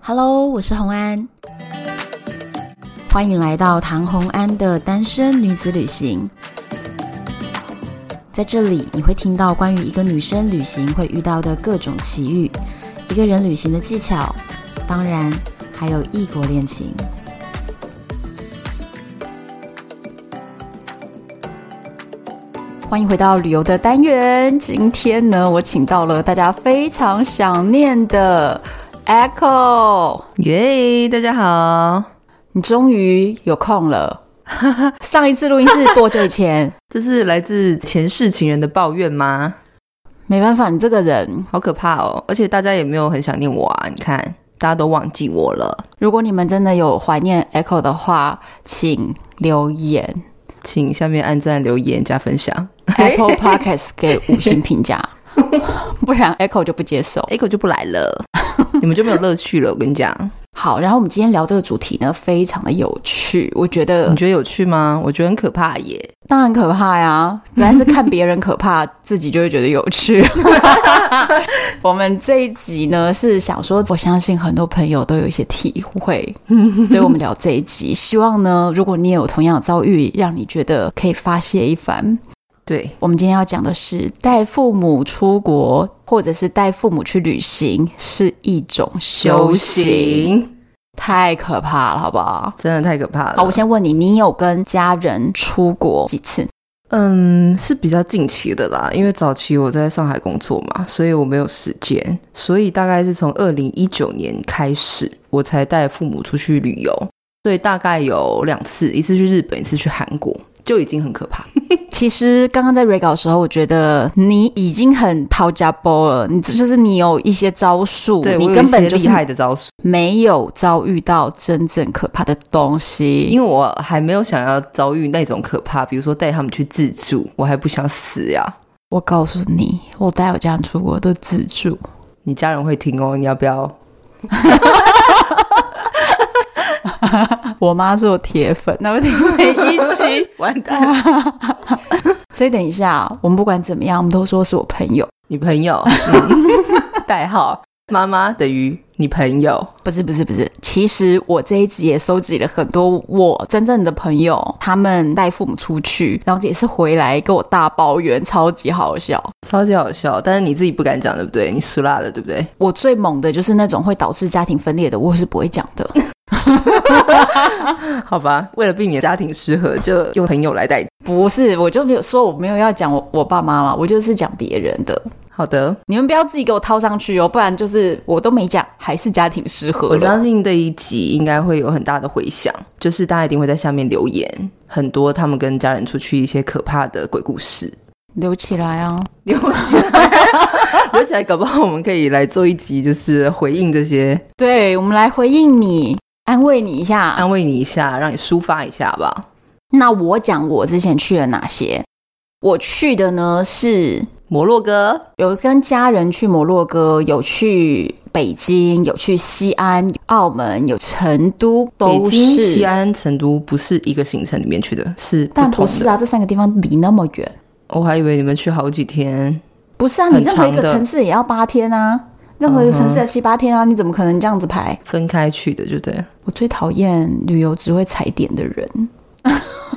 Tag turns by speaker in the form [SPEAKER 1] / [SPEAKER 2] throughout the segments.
[SPEAKER 1] Hello，我是红安，欢迎来到唐红安的单身女子旅行。在这里，你会听到关于一个女生旅行会遇到的各种奇遇，一个人旅行的技巧，当然还有异国恋情。欢迎回到旅游的单元。今天呢，我请到了大家非常想念的 Echo，
[SPEAKER 2] 耶大家好，
[SPEAKER 1] 你终于有空了。 上一次录音是多久以前？
[SPEAKER 2] 这是来自前世情人的抱怨吗？
[SPEAKER 1] 没办法，你这个人，
[SPEAKER 2] 好可怕哦！而且大家也没有很想念我啊，你看，大家都忘记我了，
[SPEAKER 1] 如果你们真的有怀念 Echo 的话，请留言
[SPEAKER 2] 请下面按赞、留言、加分享。
[SPEAKER 1] Apple Podcast 给五星评价，不然 Echo 就不接受。
[SPEAKER 2] Echo 就不来 了，你们就没有乐趣了。我跟你讲，
[SPEAKER 1] 好，然后我们今天聊这个主题呢，非常的有趣，我觉得
[SPEAKER 2] 你觉得有趣吗？我觉得很可怕耶。
[SPEAKER 1] 当然可怕 呀，原来是看别人可怕，自己就会觉得有趣。 我们这一集呢是想说，我相信很多朋友都有一些体 会，所以我们聊这一集，希望呢，如果你也有同样的遭遇，让你觉得可以发泄一番。
[SPEAKER 2] 对，
[SPEAKER 1] 我们今天要讲的是，带父母出国或者是带父母去旅行是一种修行，太可怕了，好不好？
[SPEAKER 2] 真的太可怕了。
[SPEAKER 1] 好，我先问你，你有跟家人出国几次？
[SPEAKER 2] 嗯，是比较近期的啦，因为早期我在上海工作嘛，所以我没有时间，所以大概是从二零一九年开始，我才带父母出去旅游，所以大概有两次，一次去日本，一次去韩国，就已经很可怕。
[SPEAKER 1] 其实刚刚在 re 稿的时候，我觉得你已经很掏家包了，你就是你有一些招数，
[SPEAKER 2] 对，
[SPEAKER 1] 你
[SPEAKER 2] 我有
[SPEAKER 1] 根
[SPEAKER 2] 一
[SPEAKER 1] 本
[SPEAKER 2] 些
[SPEAKER 1] 就
[SPEAKER 2] 厉
[SPEAKER 1] 是
[SPEAKER 2] 害的招数，
[SPEAKER 1] 没有遭遇到真正可怕的东西。
[SPEAKER 2] 因为我还没有想要遭遇那种可怕，比如说带他们去自助，我还不想死呀、
[SPEAKER 1] 我告诉你，我带我家人出国都自助，
[SPEAKER 2] 你家人会听哦，你要不要？
[SPEAKER 1] 我妈是我铁粉，那我听每一期。
[SPEAKER 2] 完蛋，
[SPEAKER 1] 所以等一下，我们不管怎么样，我们都说是我朋友，
[SPEAKER 2] 你 朋友， 嗯代号妈妈等于你朋友。
[SPEAKER 1] 不是不是不是。其实我这一集也搜集了很多我真正的朋友，他们带父母出去，然后也是回来跟我大抱怨，超级好笑。
[SPEAKER 2] 超级好笑，但是你自己不敢讲，对不对？你苏辣了，对不对？
[SPEAKER 1] 我最猛的就是那种会导致家庭分裂的，我是不会讲 的。
[SPEAKER 2] 好吧，为了避免家庭失和，就用朋友来代替。
[SPEAKER 1] 不是，我就没有说我没有要讲我我爸妈嘛，我就是讲别人的。
[SPEAKER 2] 好的，
[SPEAKER 1] 你们不要自己给我套上去哦，不然就是我都没讲，还是家庭失和
[SPEAKER 2] 我
[SPEAKER 1] 了。
[SPEAKER 2] 相信这一集应该会有很大的回响，就是大家一定会在下面留言，很多他们跟家人出去一些可怕的鬼故事。
[SPEAKER 1] 留起来啊！
[SPEAKER 2] 留起来，留起来，搞不好我们可以来做一集，就是回应这些，
[SPEAKER 1] 对，我们来回应你，安慰你一下。
[SPEAKER 2] 安慰你一下，让你抒发一下吧。
[SPEAKER 1] 那我讲我之前去了哪些？我去的呢是
[SPEAKER 2] 摩洛哥，
[SPEAKER 1] 有跟家人去摩洛哥，有去北京，有去西安、澳门，有成都，
[SPEAKER 2] 北
[SPEAKER 1] 都是
[SPEAKER 2] 京、西安、成都不是一个行程里面去的，是不
[SPEAKER 1] 但
[SPEAKER 2] 同
[SPEAKER 1] 不
[SPEAKER 2] 的。
[SPEAKER 1] 是啊，这三个地方离那么远，
[SPEAKER 2] 我还以为你们去好几天。
[SPEAKER 1] 不是啊，
[SPEAKER 2] 很
[SPEAKER 1] 你任何一个
[SPEAKER 2] 长的
[SPEAKER 1] 城市也要八天啊，任何一个城市要七八天啊，你怎么可能这样子排？
[SPEAKER 2] 分开去的，就对了。
[SPEAKER 1] 我最讨厌旅游只会踩点的人，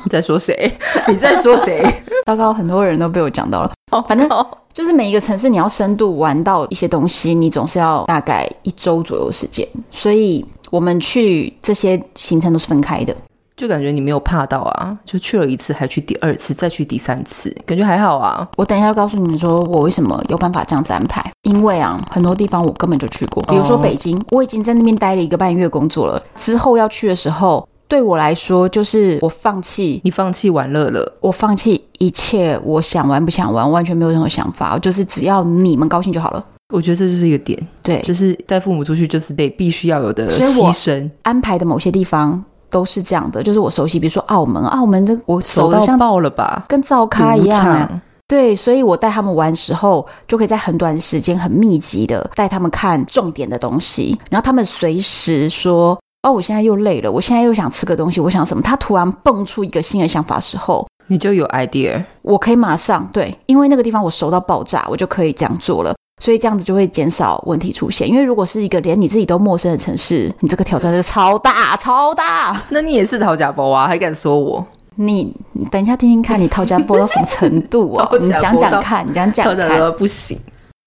[SPEAKER 2] 你在说谁？ 你在说谁？
[SPEAKER 1] 糟糕，很多人都被我讲到了。反正
[SPEAKER 2] 好
[SPEAKER 1] 就是每一个城市，你要深度玩到一些东西，你总是要大概一周左右的时间，所以我们去这些行程都是分开的。
[SPEAKER 2] 就感觉你没有怕到啊，就去了一次，还去第二次，再去第三次，感觉还好啊。
[SPEAKER 1] 我等一下要告诉你们说，我为什么有办法这样子安排，因为啊，很多地方我根本就去过，比如说北京，我已经在那边待了一个半月工作了，之后要去的时候，对我来说就是我放弃。
[SPEAKER 2] 你放弃玩乐了，
[SPEAKER 1] 我放弃一切，我想玩不想玩，完全没有任何想法，就是只要你们高兴就好了。
[SPEAKER 2] 我觉得这就是一个点，
[SPEAKER 1] 对，
[SPEAKER 2] 就是带父母出去，就是得必须要有的
[SPEAKER 1] 所以我
[SPEAKER 2] 牺牲，
[SPEAKER 1] 安排的某些地方都是这样的，就是我熟悉，比如说澳门，澳门这我
[SPEAKER 2] 手
[SPEAKER 1] 熟的
[SPEAKER 2] 到
[SPEAKER 1] 像
[SPEAKER 2] 爆了吧？
[SPEAKER 1] 跟灶咖一
[SPEAKER 2] 赌
[SPEAKER 1] 样、啊，
[SPEAKER 2] 场
[SPEAKER 1] 对，所以我带他们玩时候，就可以在很短时间、很密集的带他们看重点的东西，然后他们随时说。哦，我现在又累了，我现在又想吃个东西，我想什么？他突然蹦出一个新的想法的时候，
[SPEAKER 2] 你就有 idea。
[SPEAKER 1] 我可以马上对，因为那个地方我熟到爆炸，我就可以这样做了。所以这样子就会减少问题出现。因为如果是一个连你自己都陌生的城市，你这个挑战是超大超大。
[SPEAKER 2] 那你也是讨假包啊，还敢说我
[SPEAKER 1] 你你等一下听听看，你讨价播到什么程度 哦
[SPEAKER 2] 讨？价
[SPEAKER 1] 你讲
[SPEAKER 2] 迫
[SPEAKER 1] 讲
[SPEAKER 2] 到
[SPEAKER 1] 看，你讲讲
[SPEAKER 2] 讨假
[SPEAKER 1] 看。
[SPEAKER 2] 包不行？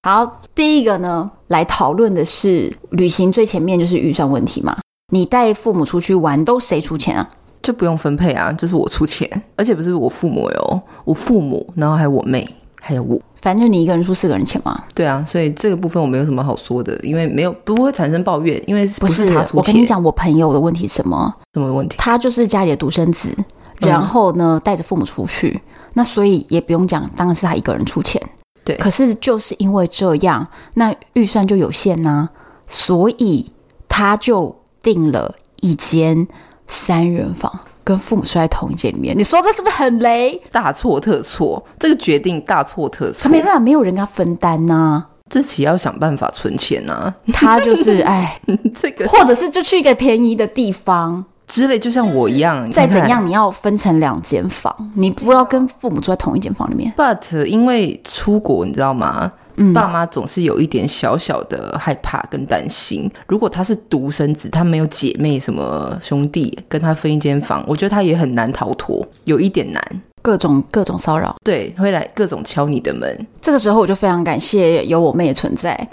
[SPEAKER 1] 好，第一个呢，来讨论的是旅行最前面就是预算问题嘛。你带父母出去玩都谁出钱啊？
[SPEAKER 2] 就不用分配啊，就是我出钱，而且不是我父母哟，我父母，然后还有我妹，还有我。
[SPEAKER 1] 反正就你一个人出四个人钱嘛。
[SPEAKER 2] 对啊，所以这个部分我没有什么好说的，因为没有不会产生抱怨，因为
[SPEAKER 1] 不
[SPEAKER 2] 是
[SPEAKER 1] 是
[SPEAKER 2] 他，出
[SPEAKER 1] 我跟你
[SPEAKER 2] 钱，
[SPEAKER 1] 讲，我朋友的问题是什么？
[SPEAKER 2] 什么问题？
[SPEAKER 1] 他就是家里的独生子，
[SPEAKER 2] 嗯
[SPEAKER 1] 然后呢带着父母出去，那所以也不用讲，当然是他一个人出钱。
[SPEAKER 2] 对
[SPEAKER 1] 可是就是因为这样，那预算就有限呐、所以他就订了一间三人房，跟父母睡在同一间里面。你说这是不是很雷？
[SPEAKER 2] 大错特错，这个决定大错特
[SPEAKER 1] 他
[SPEAKER 2] 错，
[SPEAKER 1] 没办法，没有人跟他分担呐、
[SPEAKER 2] 自己要想办法存钱啊，
[SPEAKER 1] 他 就是哎，
[SPEAKER 2] 这个
[SPEAKER 1] 或者是就去一个便宜的地方，
[SPEAKER 2] 之类，就像我一样，
[SPEAKER 1] 再
[SPEAKER 2] 你看
[SPEAKER 1] 怎样你要分成两间房，你不要跟父母住在同一间房里面。
[SPEAKER 2] But 因为出国，你知道吗？
[SPEAKER 1] 嗯
[SPEAKER 2] 爸妈总是有一点小小的害怕跟担心。如果他是独生子，他没有姐妹什么兄弟跟他分一间房，我觉得他也很难逃脱，有一点难。
[SPEAKER 1] 各种各种骚扰。
[SPEAKER 2] 对，会来各种敲你的门。
[SPEAKER 1] 这个时候我就非常感谢有我妹的存在，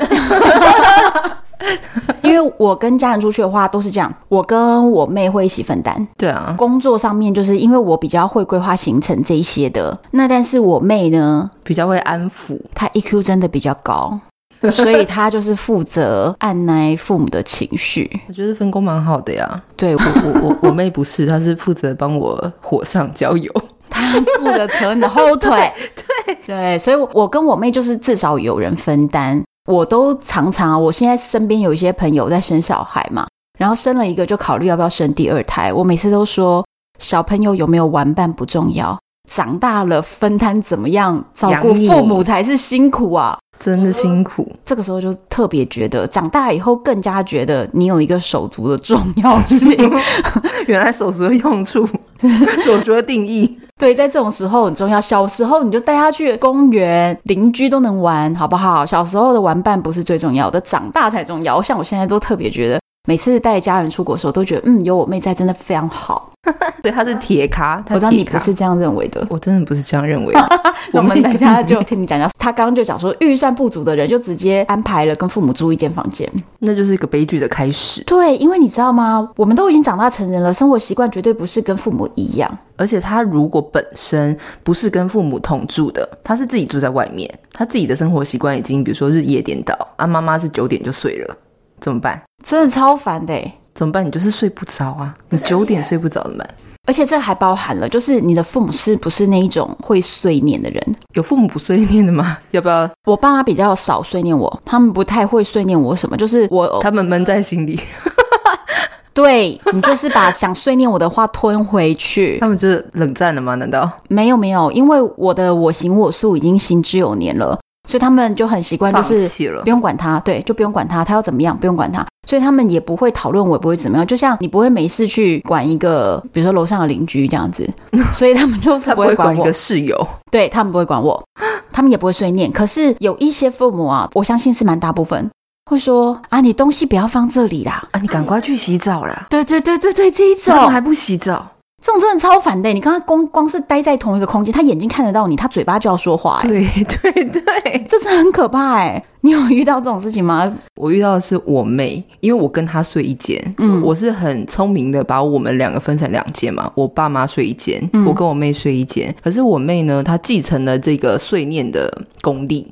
[SPEAKER 1] 因为我跟家人出去的话都是这样，我跟我妹会一起分担。
[SPEAKER 2] 对啊，
[SPEAKER 1] 工作上面就是因为我比较会规划行程这一些的，那但是我妹呢，
[SPEAKER 2] 比较会安抚。
[SPEAKER 1] 她 EQ 真的比较高。所以她就是负责按耐父母的情绪，
[SPEAKER 2] 我觉得分工蛮好的呀。
[SPEAKER 1] 对我
[SPEAKER 2] 我我我我妹不是，她是负责帮我火上浇油。
[SPEAKER 1] 她负责扯 你的后腿，对对所以我我跟我妹就是至少有人分担。我都常常啊，我现在身边有一些朋友在生小孩嘛，然后生了一个就考虑要不要生第二胎。我每次都说，小朋友有没有玩伴不重要，长大了分摊怎么样照顾
[SPEAKER 2] 养你
[SPEAKER 1] 父母才是辛苦啊。
[SPEAKER 2] 真的辛苦，
[SPEAKER 1] 这个时候就特别觉得，长大以后更加觉得你有一个手足的重要性。
[SPEAKER 2] 原来手足的用 处，手足的定义。
[SPEAKER 1] 对，在这种时候很重要。小时候你就带他去公园，邻居都能玩，好不好？小时候的玩伴不是最重要的，长大才重要。像我现在都特别觉得，每次带家人出国的时候，都觉得嗯，有我妹在真的非常好。
[SPEAKER 2] 对，她是铁咖，
[SPEAKER 1] 我
[SPEAKER 2] 她
[SPEAKER 1] 知道
[SPEAKER 2] 铁
[SPEAKER 1] 你不
[SPEAKER 2] 咖
[SPEAKER 1] 是这样认为的。
[SPEAKER 2] 我真的不是这样认为的。
[SPEAKER 1] 那我
[SPEAKER 2] 我
[SPEAKER 1] 们
[SPEAKER 2] 们
[SPEAKER 1] 等一下就听你讲讲，他刚刚就讲说，预算不足的人就直接安排了跟父母住一间房间。
[SPEAKER 2] 那就是一个悲剧的开始。
[SPEAKER 1] 对，因为你知道吗？我们都已经长大成人了，生活习惯绝对不是跟父母一样。
[SPEAKER 2] 而且他如果本身不是跟父母同住的，他是自己住在外面，他自己的生活习惯已经比如说日夜颠倒啊，妈妈是九点就睡了，怎么办？
[SPEAKER 1] 真的超烦的欸。
[SPEAKER 2] 怎么办？你就是睡不着啊，你九 点睡不着怎么办？
[SPEAKER 1] 而且这还包含了，就是你的父母是不是那一种会碎念的人？
[SPEAKER 2] 有父母不碎念的吗？ 要不要
[SPEAKER 1] 我爸妈比较少碎念我，他们不太会碎念我什么，就是我哦
[SPEAKER 2] 他们闷在心 里？
[SPEAKER 1] 对你就是把想碎念我的话吞回去
[SPEAKER 2] 他。们就是冷战了吗？难道
[SPEAKER 1] 没有没有，因为我的我行我素已经行之有年了，所以他们就很习惯，就
[SPEAKER 2] 放
[SPEAKER 1] 是
[SPEAKER 2] 弃了
[SPEAKER 1] 不？用管他，对，就不用管他，他要怎么样不用管他，所以他们也不会讨论我，也不会怎么样。就像你不会没事去管一个，比如说楼上的邻居这样 子，所以他们就是
[SPEAKER 2] 他
[SPEAKER 1] 不
[SPEAKER 2] 不
[SPEAKER 1] 会
[SPEAKER 2] 会
[SPEAKER 1] 管
[SPEAKER 2] 管一
[SPEAKER 1] 我
[SPEAKER 2] 个。室友，
[SPEAKER 1] 对他们不会管我， 他们也不会碎念。可是有一些父母啊，我相信是蛮大部分会说啊，你东西不要放这里啦。
[SPEAKER 2] 啊，你赶快去洗澡啦！
[SPEAKER 1] 对对对对对，这一种
[SPEAKER 2] 怎么还不洗澡？
[SPEAKER 1] 这种真的超烦的。你刚刚光光是待在同一个空间，他眼睛看得到你，他嘴巴就要说话、哎，
[SPEAKER 2] 对对对，
[SPEAKER 1] 这真的很可怕哎、你有遇到这种事情吗？
[SPEAKER 2] 我遇到的是我妹，因为我跟她睡一间，嗯，我是很聪明的，把我们两个分成两间嘛，我爸妈睡一间，
[SPEAKER 1] 嗯
[SPEAKER 2] 我跟我妹睡一间。可是我妹呢，她继承了这个碎念的 功力，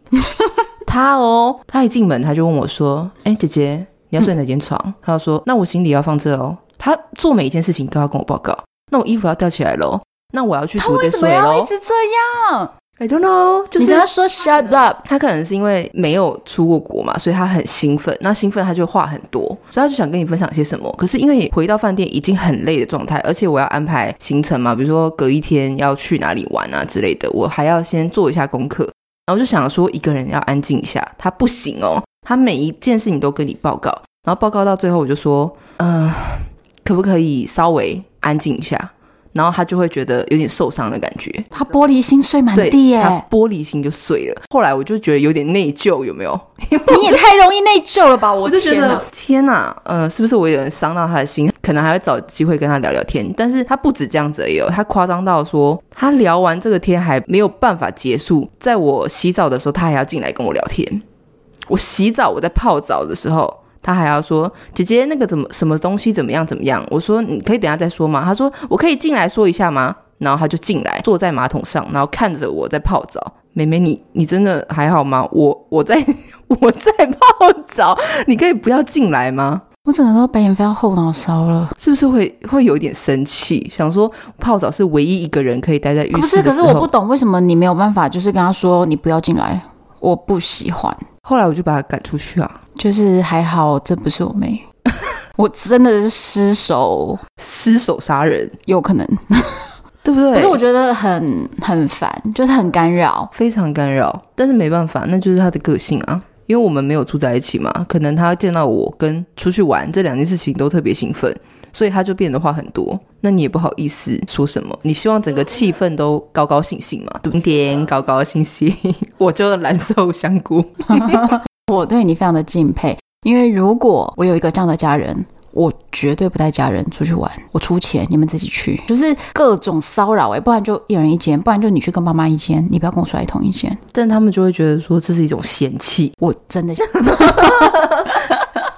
[SPEAKER 2] 她哦，她一进门，她就问我说：“哎、姐姐，你要睡哪间
[SPEAKER 1] 嗯
[SPEAKER 2] 床？”她就说：“那我行李要放这哦。”她做每一件事情都要跟我报告，那我衣服要吊起来喽，那我要去
[SPEAKER 1] 他
[SPEAKER 2] 煮
[SPEAKER 1] 为
[SPEAKER 2] 的
[SPEAKER 1] 什么
[SPEAKER 2] 水
[SPEAKER 1] 要一
[SPEAKER 2] 喽。
[SPEAKER 1] 直这样？
[SPEAKER 2] I don't know，就
[SPEAKER 1] 你
[SPEAKER 2] 是
[SPEAKER 1] 跟他说 shut up，
[SPEAKER 2] 他可能是因为没有出过国嘛，所以他很兴奋。那兴奋他就话很多，所以他就想跟你分享些什么。可是因为你回到饭店已经很累的状态，而且我要安排行程嘛，比如说隔一天要去哪里玩啊之类的，我还要先做一下功课。然后就想说一个人要安静一下，他不行哦，他每一件事情都跟你报告，呃然后报告到最后我就说，嗯、可不可以稍微安静一下？然后他就会觉得有点受伤的感觉。
[SPEAKER 1] 他玻璃心碎满
[SPEAKER 2] 对，
[SPEAKER 1] 地耶，欸
[SPEAKER 2] 他玻璃心就碎了。后来我就觉得有点内疚，有没有？
[SPEAKER 1] 你也太容易内疚了吧！我
[SPEAKER 2] 我
[SPEAKER 1] 的
[SPEAKER 2] 就觉
[SPEAKER 1] 天
[SPEAKER 2] 得
[SPEAKER 1] 哪，
[SPEAKER 2] 天哪，呃，是不是我有点伤到他的心？可能还会找机会跟他聊聊天。但是他不止这样子而已、哦，他夸张到说，他聊完这个天还没有办法结束，在我洗澡的时候，他还要进来跟我聊天。我洗澡，我在泡澡的时候。他还要说姐姐那个怎么什么东西怎么样怎么样？我说你可以等一下再说吗？他说我可以进来说一下吗？然后他就进来坐在马桶上，然后看着我在泡澡。妹妹你你真的还好吗？我我在 我在泡澡，你可以不要进来吗？
[SPEAKER 1] 我整个都白眼翻到后脑勺了。
[SPEAKER 2] 是不是会会有一点生气？想说泡澡是唯一一个人可以待在浴
[SPEAKER 1] 啊不
[SPEAKER 2] 室
[SPEAKER 1] 是，可
[SPEAKER 2] 的时
[SPEAKER 1] 是
[SPEAKER 2] 候。
[SPEAKER 1] 我不懂为什么你没有办法，就是跟他说你不要进来，我不喜欢。
[SPEAKER 2] 后来我就把他赶出去啊，
[SPEAKER 1] 就是还好，这不是我妹， 我真的是失手，
[SPEAKER 2] 失手杀人，
[SPEAKER 1] 有可能。
[SPEAKER 2] 对不对？
[SPEAKER 1] 可是我觉得很很烦，就是很干扰。
[SPEAKER 2] 非常干扰，但是没办法，那就是他的个性啊。因为我们没有住在一起嘛，可能他见到我跟出去玩这两件事情都特别兴奋，所以他就变得话很多。那你也不好意思说什么，你希望整个气氛都高高兴兴嘛，
[SPEAKER 1] 啊
[SPEAKER 2] 对不对？高高兴兴， 我就蓝瘦香菇。
[SPEAKER 1] 我对你非常的敬佩，因为如果我有一个这样的家人。我绝对不带家人出去玩，我出钱，你们自己去，就是各种骚扰哎、不然就一人一间，不然就你去跟妈妈一间，你不要跟我睡在同一间，
[SPEAKER 2] 但他们就会觉得说这是一种嫌弃，
[SPEAKER 1] 我真 的想，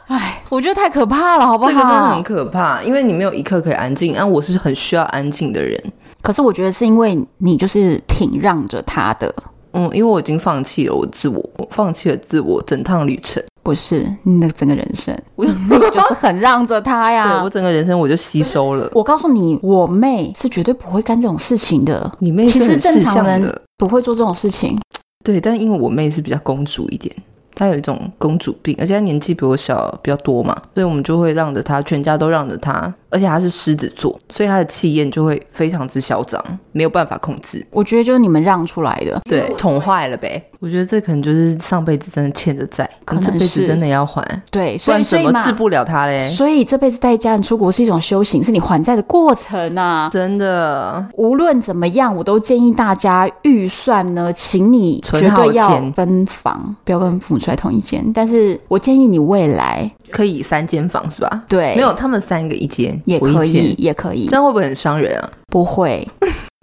[SPEAKER 1] 哎，我觉得太可怕了，好不
[SPEAKER 2] 这
[SPEAKER 1] 好？
[SPEAKER 2] 个真的很可怕，因为你没有一刻可以安静。啊，我是很需要安静的人，
[SPEAKER 1] 可是我觉得是因为你就是挺让着他的，
[SPEAKER 2] 嗯，因为我已经放弃了我自我，我放弃了自我整趟旅 程。
[SPEAKER 1] 不是你的整个人生，
[SPEAKER 2] 我
[SPEAKER 1] 你 就是很让着他
[SPEAKER 2] 啊对
[SPEAKER 1] 呀
[SPEAKER 2] 我。整个人生我就吸收了。
[SPEAKER 1] 我告诉你，我妹是绝对不会干这种事情的，
[SPEAKER 2] 你妹是
[SPEAKER 1] 其实
[SPEAKER 2] 很
[SPEAKER 1] 正
[SPEAKER 2] 事
[SPEAKER 1] 常
[SPEAKER 2] 项
[SPEAKER 1] 人
[SPEAKER 2] 的，
[SPEAKER 1] 不会做这种事情。
[SPEAKER 2] 对，但因为我妹是比较公主一点，她有一种公主病，而且她年纪比我小比较多嘛，所以我们就会让着她，全家都让着她，而且她是狮子座，所以她的气焰就会非常之嚣张，没有办法控制。
[SPEAKER 1] 我觉得就是你们让出来的，
[SPEAKER 2] 对，宠坏了呗。我觉得这可能就是上辈子真的欠的债，
[SPEAKER 1] 可能
[SPEAKER 2] 这辈子
[SPEAKER 1] 是
[SPEAKER 2] 真的要还，
[SPEAKER 1] 对，
[SPEAKER 2] 不
[SPEAKER 1] 所以
[SPEAKER 2] 然
[SPEAKER 1] 所
[SPEAKER 2] 怎
[SPEAKER 1] 以
[SPEAKER 2] 么
[SPEAKER 1] 嘛
[SPEAKER 2] 治，不了他嘞？
[SPEAKER 1] 所以这辈子带家人出国是一种修行，是你还债的过程啊。
[SPEAKER 2] 真的，
[SPEAKER 1] 无论怎么样，我都建议大家预算呢，请你
[SPEAKER 2] 存
[SPEAKER 1] 绝
[SPEAKER 2] 好
[SPEAKER 1] 对要
[SPEAKER 2] 钱
[SPEAKER 1] 分房，不要跟父母住在同一间。但是我建议你未来
[SPEAKER 2] 可以三间房是吧？
[SPEAKER 1] 对
[SPEAKER 2] 没有，他们三个一间，
[SPEAKER 1] 也
[SPEAKER 2] 我
[SPEAKER 1] 可
[SPEAKER 2] 一间
[SPEAKER 1] 以，，也可以
[SPEAKER 2] 这，样会不会很伤人啊？
[SPEAKER 1] 不会。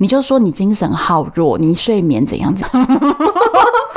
[SPEAKER 1] 你就说你精神好弱，你睡眠怎样怎样。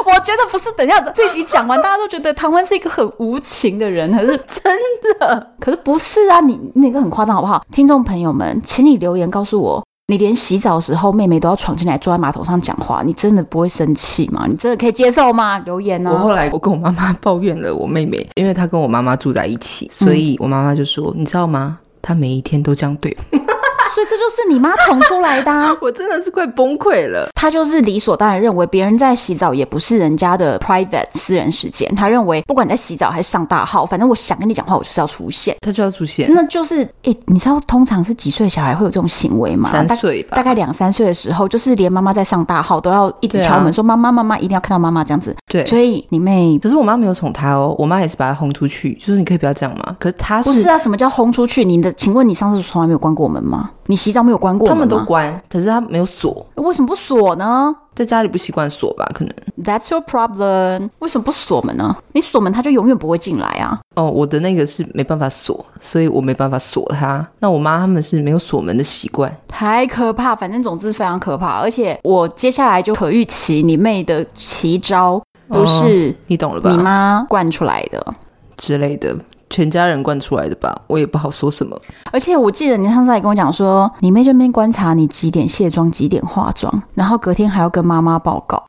[SPEAKER 1] 我觉得不是，等一下这集讲完，大家都觉得唐湾是一个很无情的人，可是
[SPEAKER 2] 真的，
[SPEAKER 1] 可是不是啊？你那个很夸张，好不好？听众朋友们，请你留言告诉我，你连洗澡的时候妹妹都要闯进来坐在马桶上讲话，你真的不会生气吗？你真的可以接受吗？留言啊呢、
[SPEAKER 2] 我后来我跟我妈妈抱怨了我妹妹，因为她跟我妈妈住在一起，
[SPEAKER 1] 嗯
[SPEAKER 2] 所以我妈妈就说：“你知道吗？她每一天都这样对我，。
[SPEAKER 1] 所以这就是你妈宠出来的、啊
[SPEAKER 2] 我真的是快崩溃了。
[SPEAKER 1] 他就是理所当然认为别人在洗澡也不是人家的 private 私人时间，他认为不管你在洗澡还是上大号，反正我想跟你讲话，我就是要出现。”
[SPEAKER 2] 她就要出现
[SPEAKER 1] 那就是，诶、你知道通常是几岁小孩会有这种行为吗？
[SPEAKER 2] 三
[SPEAKER 1] 大
[SPEAKER 2] 岁吧
[SPEAKER 1] 大，概两三岁的时候，就是连妈妈在上大号都要一直
[SPEAKER 2] 对啊
[SPEAKER 1] 敲门说：“妈妈，妈妈，一定要看到妈妈。”这样子。
[SPEAKER 2] 对。
[SPEAKER 1] 所以你妹
[SPEAKER 2] 可是我妈没有宠她哦，我妈也是把她轰出去，就说你可以不要这样嘛。可是她
[SPEAKER 1] 不是啊？什么叫轰出去？你的，请问你上次从来没有关过门吗？你洗澡没有关过
[SPEAKER 2] 他
[SPEAKER 1] 门
[SPEAKER 2] 们
[SPEAKER 1] 吗
[SPEAKER 2] 都关，可是她没有锁，
[SPEAKER 1] 为什么不锁呢
[SPEAKER 2] 在家里不习惯锁吧？可能
[SPEAKER 1] ？That's your problem。为什么不锁门呢？你锁门，他就永远不会进来啊。
[SPEAKER 2] 哦，我的那个是没办法锁，所以我没办法锁她。那我妈他们是没有锁门的习惯，
[SPEAKER 1] 太可怕，反正总之非常可怕。而且我接下来就可预期你妹的奇招都是
[SPEAKER 2] 你懂了吧？
[SPEAKER 1] 你妈惯出来的。
[SPEAKER 2] 之类的，全家人惯出来的吧，我也不好说什么。
[SPEAKER 1] 而且我记得你上次还跟我讲说，你妹这边观察你几点卸妆、几点化妆，然后隔天还要跟妈妈报告。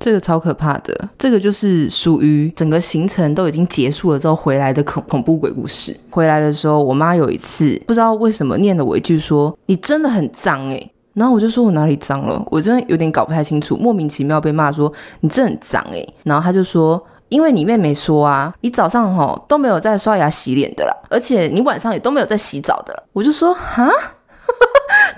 [SPEAKER 2] 这个超可怕的，这个就是属于整个行程都已经结束了之后回来的恐恐怖鬼故事。回来的时候，我妈有一次不知道为什么念了我一句说：“你真的很脏诶、然后我就说：“我哪里脏了？”我真的有点搞不太清楚，莫名其妙被骂说：“你真的很脏诶、然后她就说。因为你妹妹说啊，你早上吼都没有在刷牙洗脸的啦，而且你晚上也都没有在洗澡的啦。我就说哈，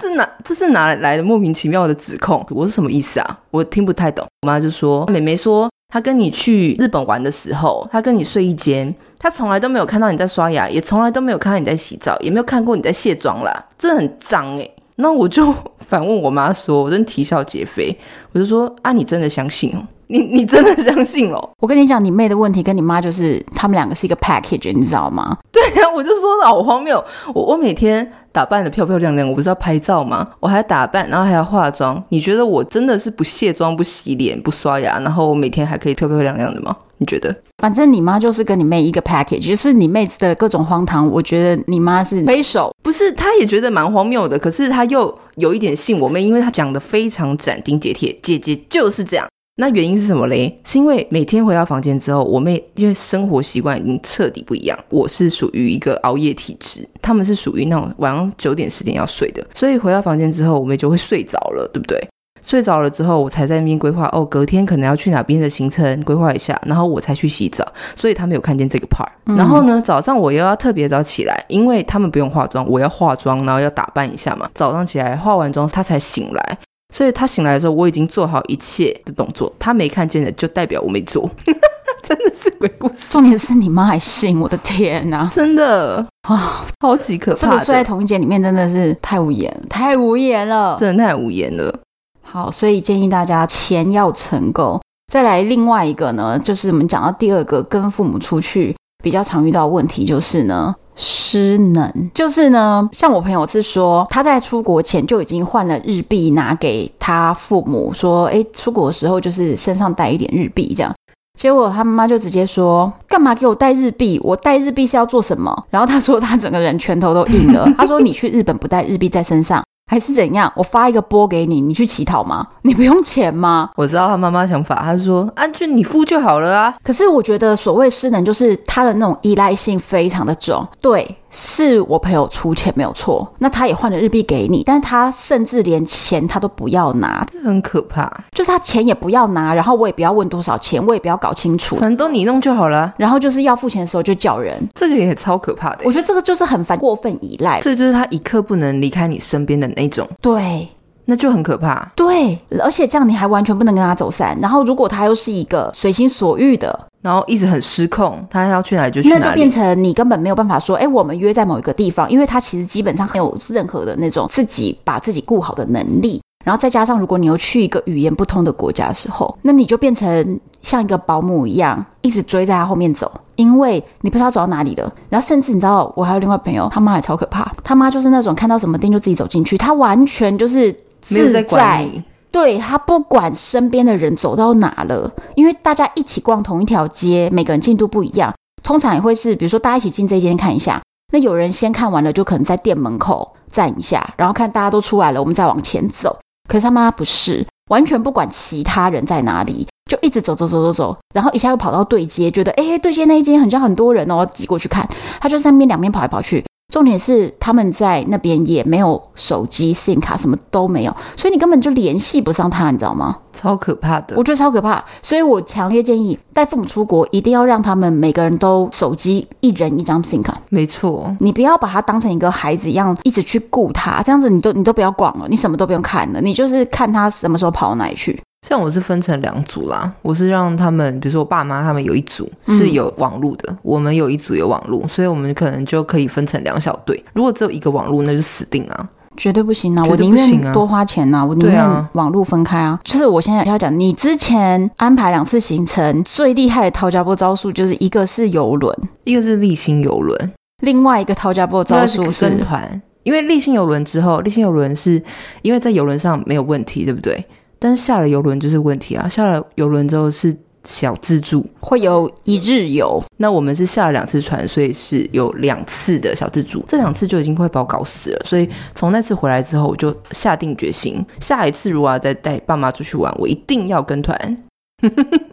[SPEAKER 2] 这哪这是哪来的莫名其妙的指控？我是什么意思啊？我听不太懂。我妈就说，妹妹说她跟你去日本玩的时候，她跟你睡一间，她从来都没有看到你在刷牙，也从来都没有看到你在洗澡，也没有看过你在卸妆啦，这很脏诶、欸那我就反问我妈说，我真啼笑皆非，我就说啊，你真的相信哦？你你真的相信哦？
[SPEAKER 1] 我跟你讲，你妹的问题跟你妈就是他们两个是一个 package，你知道吗？
[SPEAKER 2] 然后我就说好荒谬，我我每天打扮的漂漂亮亮，我不是要拍照吗？我还要打扮，然后还要化妆。你觉得我真的是不卸妆、不洗脸、不刷牙，然后我每天还可以漂漂亮亮的吗？你觉得？
[SPEAKER 1] 反正你妈就是跟你妹一个 package，就是你妹子的各种荒唐，我觉得你妈是黑手。
[SPEAKER 2] 不是，他也觉得蛮荒谬的，可是他又有一点信我妹，因为他讲的非常斩钉截铁，姐姐就是这样。那原因是什么嘞？是因为每天回到房间之后，我妹因为生活习惯已经彻底不一样。我是属于一个熬夜体质，他们是属于那种晚上九点十点要睡的，所以回到房间之后，我妹就会睡着了，对不对？睡着了之后，我才在那边规划哦，隔天可能要去哪边的行程规划一下，然后我才去洗澡，所以他没有看见这个 part。然
[SPEAKER 1] 嗯
[SPEAKER 2] 后呢，早上我又要特别早起来，因为他们不用化妆，我要化妆，然后要打扮一下嘛。早上起来化完妆，他才醒来，所以他醒来的时候，我已经做好一切的动作，他没看见的就代表我没做， 真的是鬼故事，
[SPEAKER 1] 重点是你妈还信，我的天啊呐、
[SPEAKER 2] 真的
[SPEAKER 1] 哇，
[SPEAKER 2] 超级可
[SPEAKER 1] 这
[SPEAKER 2] 怕
[SPEAKER 1] 个
[SPEAKER 2] 的，
[SPEAKER 1] 睡在同一间里面真的是太无言，太无言了。
[SPEAKER 2] 真的太无言了。
[SPEAKER 1] 好，所以建议大家钱要存够。再来另外一个呢，就是我们讲到第二个跟父母出去比较常遇到的问题，就是呢失能。就是呢，像我朋友是说，他在出国前就已经换了日币拿给他父母，说，诶，出国的时候就是身上带一点日币这样。结果他妈妈就直接说：“干嘛给我带日币？我带日币是要做什么？”然后他说他整个人拳头都硬了。他说：“你去日本不带日币在身上，还是怎样？我发一个波给你，你去乞讨吗？ 你不用钱吗？”
[SPEAKER 2] 我知道他妈妈想法，他说啊，就你付就好了啊，
[SPEAKER 1] 可是我觉得所谓失能，就是他的那种依赖性非常的重。对，是我朋友出钱没有错，那他也换了日币给你，但是他甚至连钱他都不要拿，
[SPEAKER 2] 这很可怕，
[SPEAKER 1] 就是他钱也不要拿，然后我也不要问多少钱，我也不要搞清楚
[SPEAKER 2] 反，正都你弄就好了啊。
[SPEAKER 1] 然后就是要付钱的时候就叫人。
[SPEAKER 2] 这个也超可怕的
[SPEAKER 1] 我，觉得这个就是很烦，过分依赖。
[SPEAKER 2] 这就是他一刻不能离开你身边的那种，
[SPEAKER 1] 对
[SPEAKER 2] 那就很可怕。
[SPEAKER 1] 对，而且这样你还完全不能跟他走散。然后如果他又是一个随心所欲的，
[SPEAKER 2] 然后一直很失控，他要去哪里就去
[SPEAKER 1] 那就
[SPEAKER 2] 哪
[SPEAKER 1] 变
[SPEAKER 2] 里。
[SPEAKER 1] 成你根本没有办法说，哎、我们约在某一个地方，因为他其实基本上没有任何的那种自己把自己顾好的能力。然后再加上，如果你又去一个语言不通的国家的时候，那你就变成像一个保姆一样，一直追在他后面走，因为你不知道走到哪里了。然后甚至你知道，我还有另外朋友，他妈也超可怕，他妈就是那种看到什么店就自己走进去，他完全就是
[SPEAKER 2] 没有
[SPEAKER 1] 自
[SPEAKER 2] 在管你，
[SPEAKER 1] 对他不管身边的人走到哪了，因为大家一起逛同一条街，每个人进度不一样，通常也会是比如说大家一起进这间看一下，那有人先看完了，就可能在店门口站一下，然后看大家都出来了，我们再往前走。可是他妈不是，完全不管其他人在哪里，就一直走走走走走，然后一下又跑到对街，觉得哎、诶对街那一间好像很多人哦，挤过去看，他就在那边两边跑来跑去。重点是他们在那边也没有手机、SIM 卡，什么都没有，所以你根本就联系不上他，你知道吗？
[SPEAKER 2] 超可怕的
[SPEAKER 1] 我。觉得超可怕，所以我强烈建议带父母出国，一定要让他们每个人都手机一人一张 SIM 卡，
[SPEAKER 2] 没错，
[SPEAKER 1] 你不要把他当成一个孩子一样，一直去顾他，这样子你都你都不要管了，你什么都不用看了，你就是看他什么时候跑到哪里去。
[SPEAKER 2] 像我是分成两组啦，我是让他们，比如说我爸妈他们有一组
[SPEAKER 1] 嗯
[SPEAKER 2] 是有网路的，我们有一组有网路，所以我们可能就可以分成两小队。如果只有一个网路，那就死定啊！
[SPEAKER 1] 绝对不行啊！
[SPEAKER 2] 绝
[SPEAKER 1] 我
[SPEAKER 2] 对
[SPEAKER 1] 宁
[SPEAKER 2] 不行啊
[SPEAKER 1] 愿多花钱呐、我宁
[SPEAKER 2] 对啊
[SPEAKER 1] 愿网路分开啊。就是我现在要讲，你之前安排两次行程，最厉害的掏家波招数就是一个是游轮，
[SPEAKER 2] 一个是立新游轮，
[SPEAKER 1] 另外一个掏家波招数
[SPEAKER 2] 是跟
[SPEAKER 1] 是
[SPEAKER 2] 团，因为立信游轮之后，立信游轮是因为在游轮上没有问题，对不对？但是下了游轮就是问题啊！下了游轮之后是小自助，
[SPEAKER 1] 会有一日游，
[SPEAKER 2] 那我们是下了两次船，所以是有两次的小自助，这两次就已经快把我搞死了。所以从那次回来之后，我就下定决心，下一次如果要再带爸妈出去玩，我一定要跟团。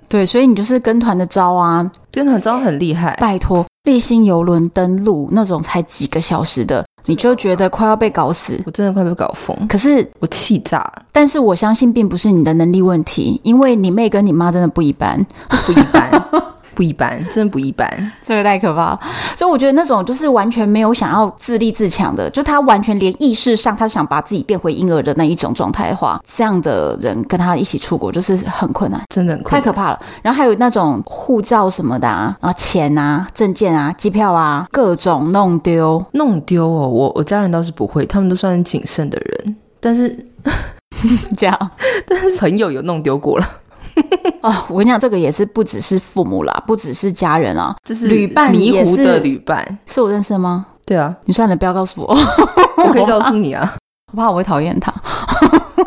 [SPEAKER 1] 对，所以你就是跟团的招啊，
[SPEAKER 2] 跟团真的很厉害，
[SPEAKER 1] 拜托，立新游轮登陆那种才几个小时的，你就觉得快要被搞死。
[SPEAKER 2] 我真的快被搞疯，
[SPEAKER 1] 可是，
[SPEAKER 2] 我气炸了，
[SPEAKER 1] 但是我相信并不是你的能力问题，因为你妹跟你妈真的不一般。
[SPEAKER 2] 不一般。 不一般，真的不一般。
[SPEAKER 1] 这个太可怕了。所以我觉得那种就是完全没有想要自立自强的，就他完全连意识上他想把自己变回婴儿的那一种状态的话，这样的人跟他一起出国就是很困难。
[SPEAKER 2] 真的很困
[SPEAKER 1] 太
[SPEAKER 2] 难
[SPEAKER 1] 可怕了，然后还有那种护照什么的啊，然后钱啊、证件啊、机票啊，各种弄丢，
[SPEAKER 2] 弄丢哦，我我家人倒是不会，他们都算是谨慎的人，但是
[SPEAKER 1] 这样
[SPEAKER 2] 朋友有弄丢过了，
[SPEAKER 1] 哦。我跟你讲，这个也是不只是父母啦，不只是家人啊，
[SPEAKER 2] 就是
[SPEAKER 1] 旅伴
[SPEAKER 2] 迷
[SPEAKER 1] 也
[SPEAKER 2] 糊
[SPEAKER 1] 是
[SPEAKER 2] 的旅伴，
[SPEAKER 1] 是我认识的吗？
[SPEAKER 2] 对啊，
[SPEAKER 1] 你算了，不要告诉我，
[SPEAKER 2] 我可以告诉你啊，
[SPEAKER 1] 我怕我会讨厌他。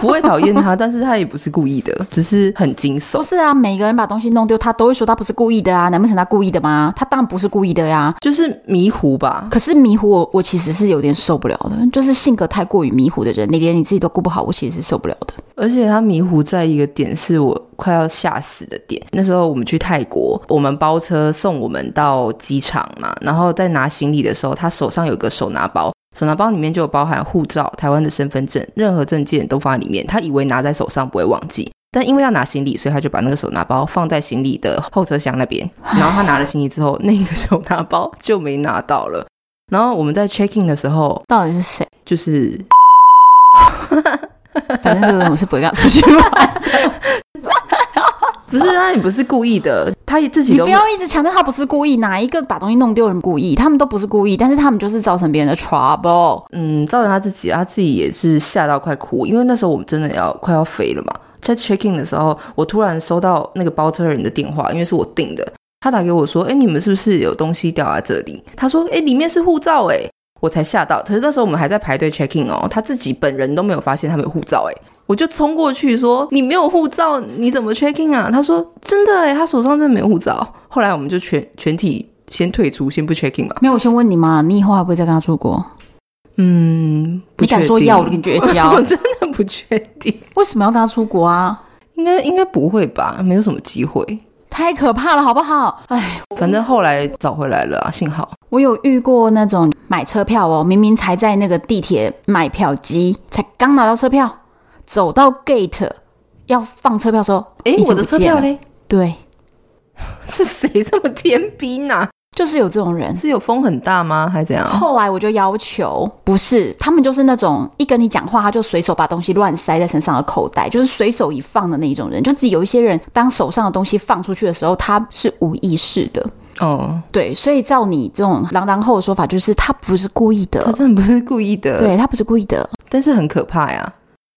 [SPEAKER 2] 不会讨厌他，但是他也不是故意的，只是很惊
[SPEAKER 1] 不
[SPEAKER 2] 悚。
[SPEAKER 1] 是啊，每个人把东西弄丢，他都会说他不是故意的啊，难不成他故意的吗？他当然不是故意的呀、
[SPEAKER 2] 就是迷糊吧，
[SPEAKER 1] 可是迷糊我，我其实是有点受不了的，就是性格太过于迷糊的人，你连你自己都顾不好，我其实是受不了的。
[SPEAKER 2] 而且他迷糊在一个点是我快要吓死的点。那时候我们去泰国，我们包车送我们到机场嘛，然后在拿行李的时候，他手上有个手拿包，手拿包里面就有包含护照、台湾的身份证，任何证件都放在里面。他以为拿在手上不会忘记。但因为要拿行李，所以他就把那个手拿包放在行李的后车厢那边。然后他拿了行李之后，那个手拿包就没拿到了。 然后我们在 check in 的时候，
[SPEAKER 1] 到底是谁？
[SPEAKER 2] 就是
[SPEAKER 1] 反正这个人我是不会跟他出去玩。
[SPEAKER 2] 不是他也不是故意的，他也自己
[SPEAKER 1] 你
[SPEAKER 2] 都
[SPEAKER 1] 不要一直强调他不是故意，哪一个把东西弄丢的人故意？他们都不是故意，但是他们就是造成别人的 trouble。
[SPEAKER 2] 嗯，造成他自己，他自己也是吓到快哭，因为那时候我们真的要快要飞了嘛。在 check in 的时候，我突然收到那个包车人的电话，因为是我订的，他打给我说：“哎、你们是不是有东西掉在这里？”他说：“哎、里面是护照。”哎，我才吓到。可是那时候我们还在排队 check in 哦，他自己本人都没有发现他没有护照。哎，我就冲过去说：“你没有护照，你怎么 check in 啊？”他说：“真的哎，他手上真的没有护照。”后来我们就全全体先退出，先不 check in 嘛。
[SPEAKER 1] 没有，我先问你嘛，你以后还不会再跟他出国？
[SPEAKER 2] 嗯，不
[SPEAKER 1] 你敢
[SPEAKER 2] 确
[SPEAKER 1] 说
[SPEAKER 2] 定
[SPEAKER 1] 要我就跟你绝
[SPEAKER 2] 我
[SPEAKER 1] 交？
[SPEAKER 2] 真的不确定，
[SPEAKER 1] 为什么要跟他出国啊？
[SPEAKER 2] 应该应该不会吧？没有什么机会。
[SPEAKER 1] 太可怕了，好不好？哎，
[SPEAKER 2] 反正后来找回来了啊，幸好。
[SPEAKER 1] 我有遇过那种买车票哦，明明才在那个地铁买票机，才刚拿到车票，走到 gate 要放车票的时候，
[SPEAKER 2] 哎
[SPEAKER 1] 已，经
[SPEAKER 2] 我的
[SPEAKER 1] 不
[SPEAKER 2] 车
[SPEAKER 1] 见
[SPEAKER 2] 票
[SPEAKER 1] 了
[SPEAKER 2] 嘞？
[SPEAKER 1] 对，
[SPEAKER 2] 是谁这么天兵呐、
[SPEAKER 1] 就是有这种人。
[SPEAKER 2] 是有风很大吗？还是怎样？
[SPEAKER 1] 后来我就要求，不是他们就是那种一跟你讲话，他就随手把东西乱塞在身上的口袋，就是随手一放的那一种人。就只有一些人，当手上的东西放出去的时候，他是无意识的。
[SPEAKER 2] 哦，
[SPEAKER 1] 对，所以照你这种狼狼后的说法，就是他不是故意
[SPEAKER 2] 他
[SPEAKER 1] 的，
[SPEAKER 2] 真的不是故意的，，
[SPEAKER 1] 对他不是故意的。
[SPEAKER 2] 但是很可怕呀。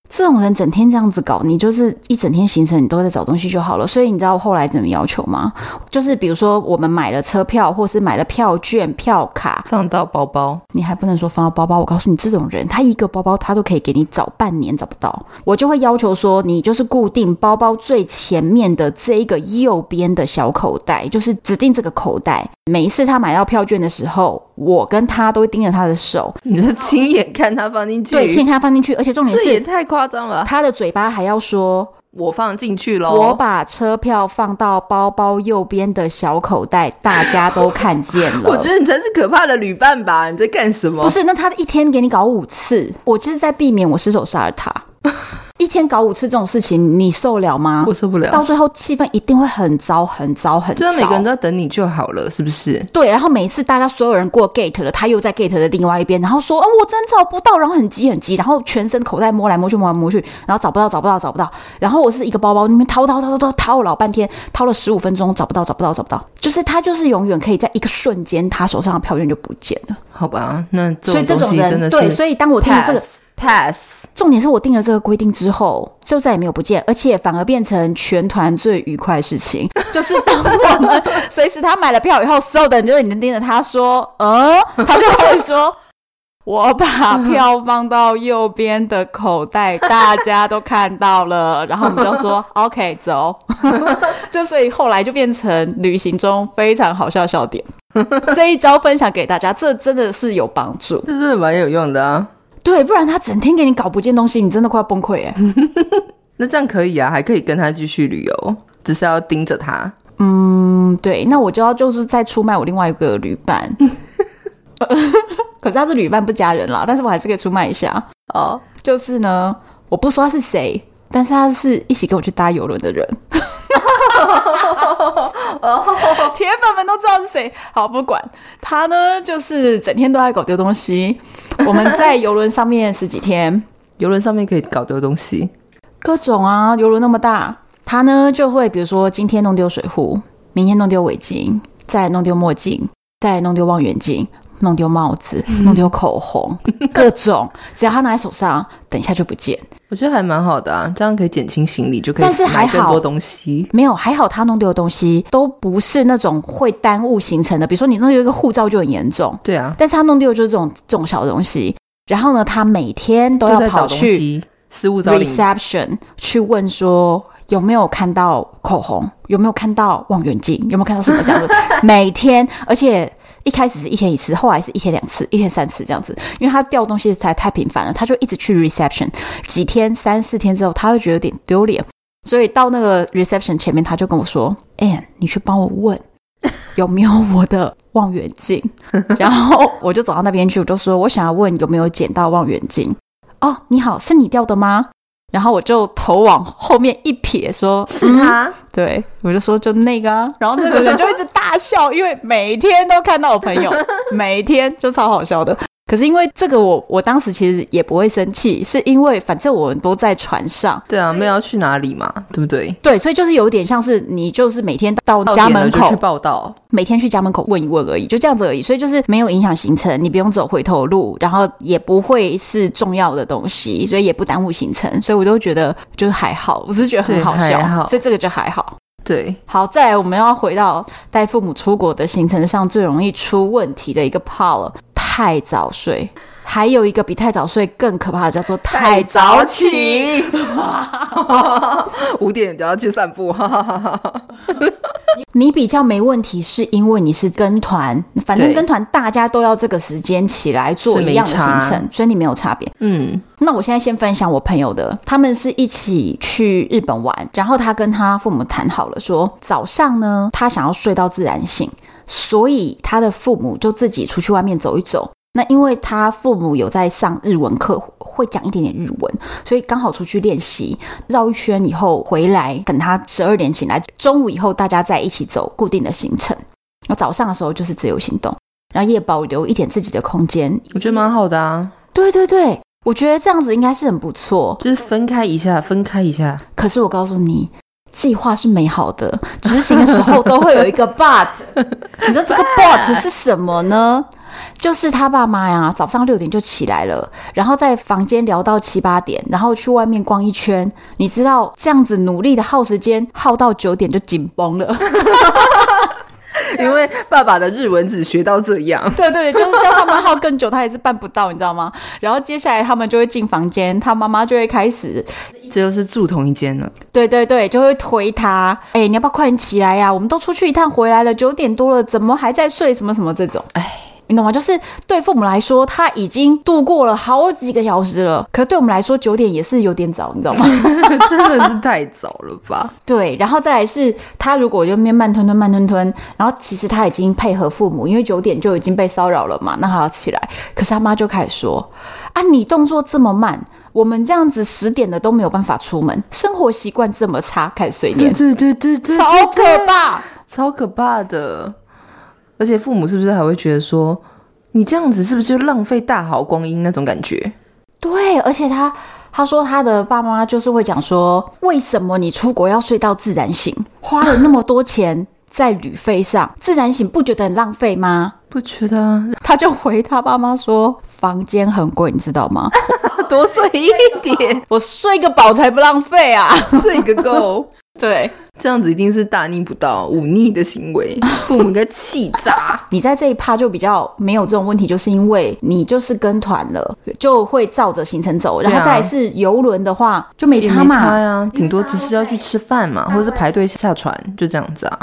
[SPEAKER 1] 这种人整天这样子搞，你就是一整天行程你都在找东西就好了。所以你知道我后来怎么要求吗？就是比如说我们买了车票，或是买了票券、票卡，
[SPEAKER 2] 放到包包，
[SPEAKER 1] 你还不能说放到包包。我告诉你，这种人他一个包包他都可以给你找半年找不到。我就会要求说，你就是固定包包最前面的这一个右边的小口袋， 就是指定这个口袋。每一次他买到票券的时候，我跟他都会盯着他的手，
[SPEAKER 2] 你就亲眼看他放进去，
[SPEAKER 1] 对，先他放进去。而且重点
[SPEAKER 2] 这也
[SPEAKER 1] 是，
[SPEAKER 2] 太夸张了吧。
[SPEAKER 1] 他的嘴巴还要说。
[SPEAKER 2] 我放进去
[SPEAKER 1] 我
[SPEAKER 2] 喽，
[SPEAKER 1] 把车票放到包包右边的小口袋，大家都看见了。
[SPEAKER 2] 我觉得你真是可怕的旅伴吧？你在干什么？
[SPEAKER 1] 不是，那他一天给你搞五次，我就是在避免我失手杀了他。 一天搞五次这种事情，你受了吗？
[SPEAKER 2] 我受不
[SPEAKER 1] 到
[SPEAKER 2] 了，
[SPEAKER 1] 最后气氛一定会很糟、很糟、很糟。
[SPEAKER 2] 就是每个人都在等你就好了，是不是？
[SPEAKER 1] 对，然后每一次大家所有人过 gate 了，他又在 gate 的另外一边，然后说：“哦，我真找不到。”然后很急很急，然后全身口袋摸来摸去摸来摸去，然后找不到找不到找不到。然后我是一个包包，那边掏掏掏掏掏掏了老半天，掏了十五分钟，找不到找不到找不到。就是他就是永远可以在一个瞬间，他手上的票券就不见了。
[SPEAKER 2] 好吧，那这
[SPEAKER 1] 所以
[SPEAKER 2] 种
[SPEAKER 1] 这
[SPEAKER 2] 东
[SPEAKER 1] 种
[SPEAKER 2] 西真
[SPEAKER 1] 人
[SPEAKER 2] 的
[SPEAKER 1] 对，
[SPEAKER 2] 是
[SPEAKER 1] 所以当我定了这个
[SPEAKER 2] pass pass，
[SPEAKER 1] 重点是我定了这个规定之后，就再也没有不见，而且反而变成全团最愉快的事 情，就是当我们呃随时他买了票以后，所有的人就是你盯着他说，呃， 他就会说。我把票放到右边的口袋，大家都看到了， 然后我们就说 OK 走， 就所以后来就变成旅行中非常好笑的笑 点。这一招分享给大家，这真的是有帮助。
[SPEAKER 2] 这真的蛮有用的啊。
[SPEAKER 1] 对，不然他整天给你搞不见东西，你真的快要崩溃哎。
[SPEAKER 2] 那这样可以啊，还可以跟他继续旅游，只是要盯着他。
[SPEAKER 1] 嗯，对，那我就要就是再出卖我另外一个旅伴。 可是他是旅伴不加人啦，但是我还是可以出卖一下。
[SPEAKER 2] 哦，
[SPEAKER 1] 就是呢，我不说他是谁，但是他是一起跟我去搭游轮的人。 铁粉们都知道是谁。好，不管他呢，就是整天都在搞丢东西。我们在游轮上面十几天，
[SPEAKER 2] 游轮上面可以搞丢东西，
[SPEAKER 1] 各种啊，游轮那么大，他呢就会比如说今天弄丢水壶，明天弄丢围巾，再来弄丢墨镜，再来弄丢望远镜。弄丢帽子，
[SPEAKER 2] 嗯
[SPEAKER 1] 弄丢口红，各种，只要他拿在手上，等一下就不见。
[SPEAKER 2] 我觉得还蛮好的啊，这样可以减轻行李，就可以
[SPEAKER 1] 但是还
[SPEAKER 2] 买更
[SPEAKER 1] 好
[SPEAKER 2] 多东西。
[SPEAKER 1] 没有，还好他弄丢的东西都不是那种会耽误行程的，比如说你弄丢一个护照就很严重，
[SPEAKER 2] 对啊，
[SPEAKER 1] 但是他弄丢的就是这种这种小东西。然后呢，他每天都
[SPEAKER 2] 都
[SPEAKER 1] 要
[SPEAKER 2] 在
[SPEAKER 1] 跑
[SPEAKER 2] 找东
[SPEAKER 1] 去
[SPEAKER 2] 西，失物招领。
[SPEAKER 1] reception 去问说有没有看到口红，有没有看到望远镜，有没有看到什么这样子。每天，而且一开始是一天一次，后来是一天两次，一天三次这样子，因为他掉东西才太频繁了，他就一直去 reception。几天三四天之后，他会觉得有点丢脸，所以到那个 reception 前面，他就跟我说 a n 你去帮我问。有没有我的望远 镜？然后我就走到那边去，我就说我想要问有没有捡到望远镜。哦，你好，是你掉的吗？然后我就头往后面一撇，说
[SPEAKER 2] 是
[SPEAKER 1] 嗯
[SPEAKER 2] 他，
[SPEAKER 1] 对，我就说就那个啊，然后那个人就一直大笑，因为每天都看到我朋 友，每天就超好笑的。可是因为这个我，我当时其实也不会生气，是因为反正我们都在船上，
[SPEAKER 2] 对啊，没有要去哪里嘛，对不对？
[SPEAKER 1] 对，所以就是有点像是你就是每天到
[SPEAKER 2] 到
[SPEAKER 1] 家
[SPEAKER 2] 点了
[SPEAKER 1] 门
[SPEAKER 2] 就
[SPEAKER 1] 口
[SPEAKER 2] 去，报道，
[SPEAKER 1] 每天去家门口问一问而已，就这样子而已，所以就是没有影响行程，你不用走回头路，然后也不会是重要的东西，所以也不耽误行程，所以我都觉得就是还好，我只是觉得很
[SPEAKER 2] 对
[SPEAKER 1] 好笑，
[SPEAKER 2] 还好
[SPEAKER 1] 所以这个就还好。
[SPEAKER 2] 对，
[SPEAKER 1] 好，再来我们要回到带父母出国的行程上最容易出问题的一个 part 了，太早睡。还有一个比太早睡更可怕的叫做太早起。，
[SPEAKER 2] 五点就要去散步，哈哈哈哈哈。
[SPEAKER 1] 你比较没问题，是因为你是跟团，反正
[SPEAKER 2] 对
[SPEAKER 1] 跟团大家都要这个时间起来做
[SPEAKER 2] 是没
[SPEAKER 1] 一样的行
[SPEAKER 2] 差
[SPEAKER 1] 程，所以你没有差别。
[SPEAKER 2] 嗯，
[SPEAKER 1] 那我现在先分享我朋友的，他们是一起去日本玩，然后他跟他父母谈好了说，早上呢他想要睡到自然醒，所以他的父母就自己出去外面走一走。那因为他父母有在上日文课，会讲一点点日文，所以刚好出去练习，绕一圈以后回来，等他十二点醒来，中午以后大家再一起走固定的行程。那早上的时候就是自由行动，然后也保留一点自己的空间。
[SPEAKER 2] 我觉得蛮好的啊，
[SPEAKER 1] 对对对，我觉得这样子应该是很不错。
[SPEAKER 2] 就是分开一下，分开一下，
[SPEAKER 1] 可是我告诉你，计划是美好的，执行的时候都会有 一个 but。你知道这 个 but 是什么呢？就是他爸妈呀，早上六点就起来了，然后在房间聊到七八点，然后去外面逛一圈。你知道这样子努力的耗时间，耗到九点就紧绷了。
[SPEAKER 2] 因为爸爸的日文只学到这样，
[SPEAKER 1] 对 对，就是叫他们耗更久，他也是办不到，你知道吗？然后接下来他们就会进房间，他妈妈就会开始
[SPEAKER 2] 这就是住同一间 了，
[SPEAKER 1] 对对对，就会推他。哎、你要不要快点起来呀、我们都出去一趟回来了，九点多了，怎么还在睡？什么什么这种，哎。你懂吗？就是对父母来说，他已经度过了好几个小时了，可对我们来说，九点也是有点早，你知道吗？
[SPEAKER 2] 真的是太早了吧？
[SPEAKER 1] 对，然后再来是他如果就面慢吞吞慢吞吞，然后其实他已经配合父母，因为九点就已经被骚扰了嘛，那他要起来，可是他妈就开始说啊，你动作这么慢，我们这样子十点的都没有办法出门，生活习惯这么差，开始碎念
[SPEAKER 2] 对。对对对对，
[SPEAKER 1] 超
[SPEAKER 2] 对对
[SPEAKER 1] 可怕。
[SPEAKER 2] 超可怕的。而且父母是不是还会觉得说，你这样子是不是就浪费大好光阴那种感觉？
[SPEAKER 1] 对，而且他他说他的爸妈就是会讲说，为什么你出国要睡到自然醒，花了那么多钱在旅费上，自然醒不觉得很浪费吗？
[SPEAKER 2] 不觉得啊？
[SPEAKER 1] 他就回他爸妈说，房间很贵，你知道吗？
[SPEAKER 2] 多睡一点，
[SPEAKER 1] 我睡个饱才不浪费啊。
[SPEAKER 2] 睡个够，
[SPEAKER 1] 对，
[SPEAKER 2] 这样子一定是大逆不道、忤逆的行为，父母应该气炸。
[SPEAKER 1] 你在这一趴就比较没有这种问题，就是因为你就是跟团了，就会照着行程走。然后
[SPEAKER 2] 对啊
[SPEAKER 1] 再来是游轮的话，就没
[SPEAKER 2] 也
[SPEAKER 1] 差
[SPEAKER 2] 没
[SPEAKER 1] 嘛。
[SPEAKER 2] 差呀、顶多只是要去吃饭嘛，或者是排队下船，就这样子啊。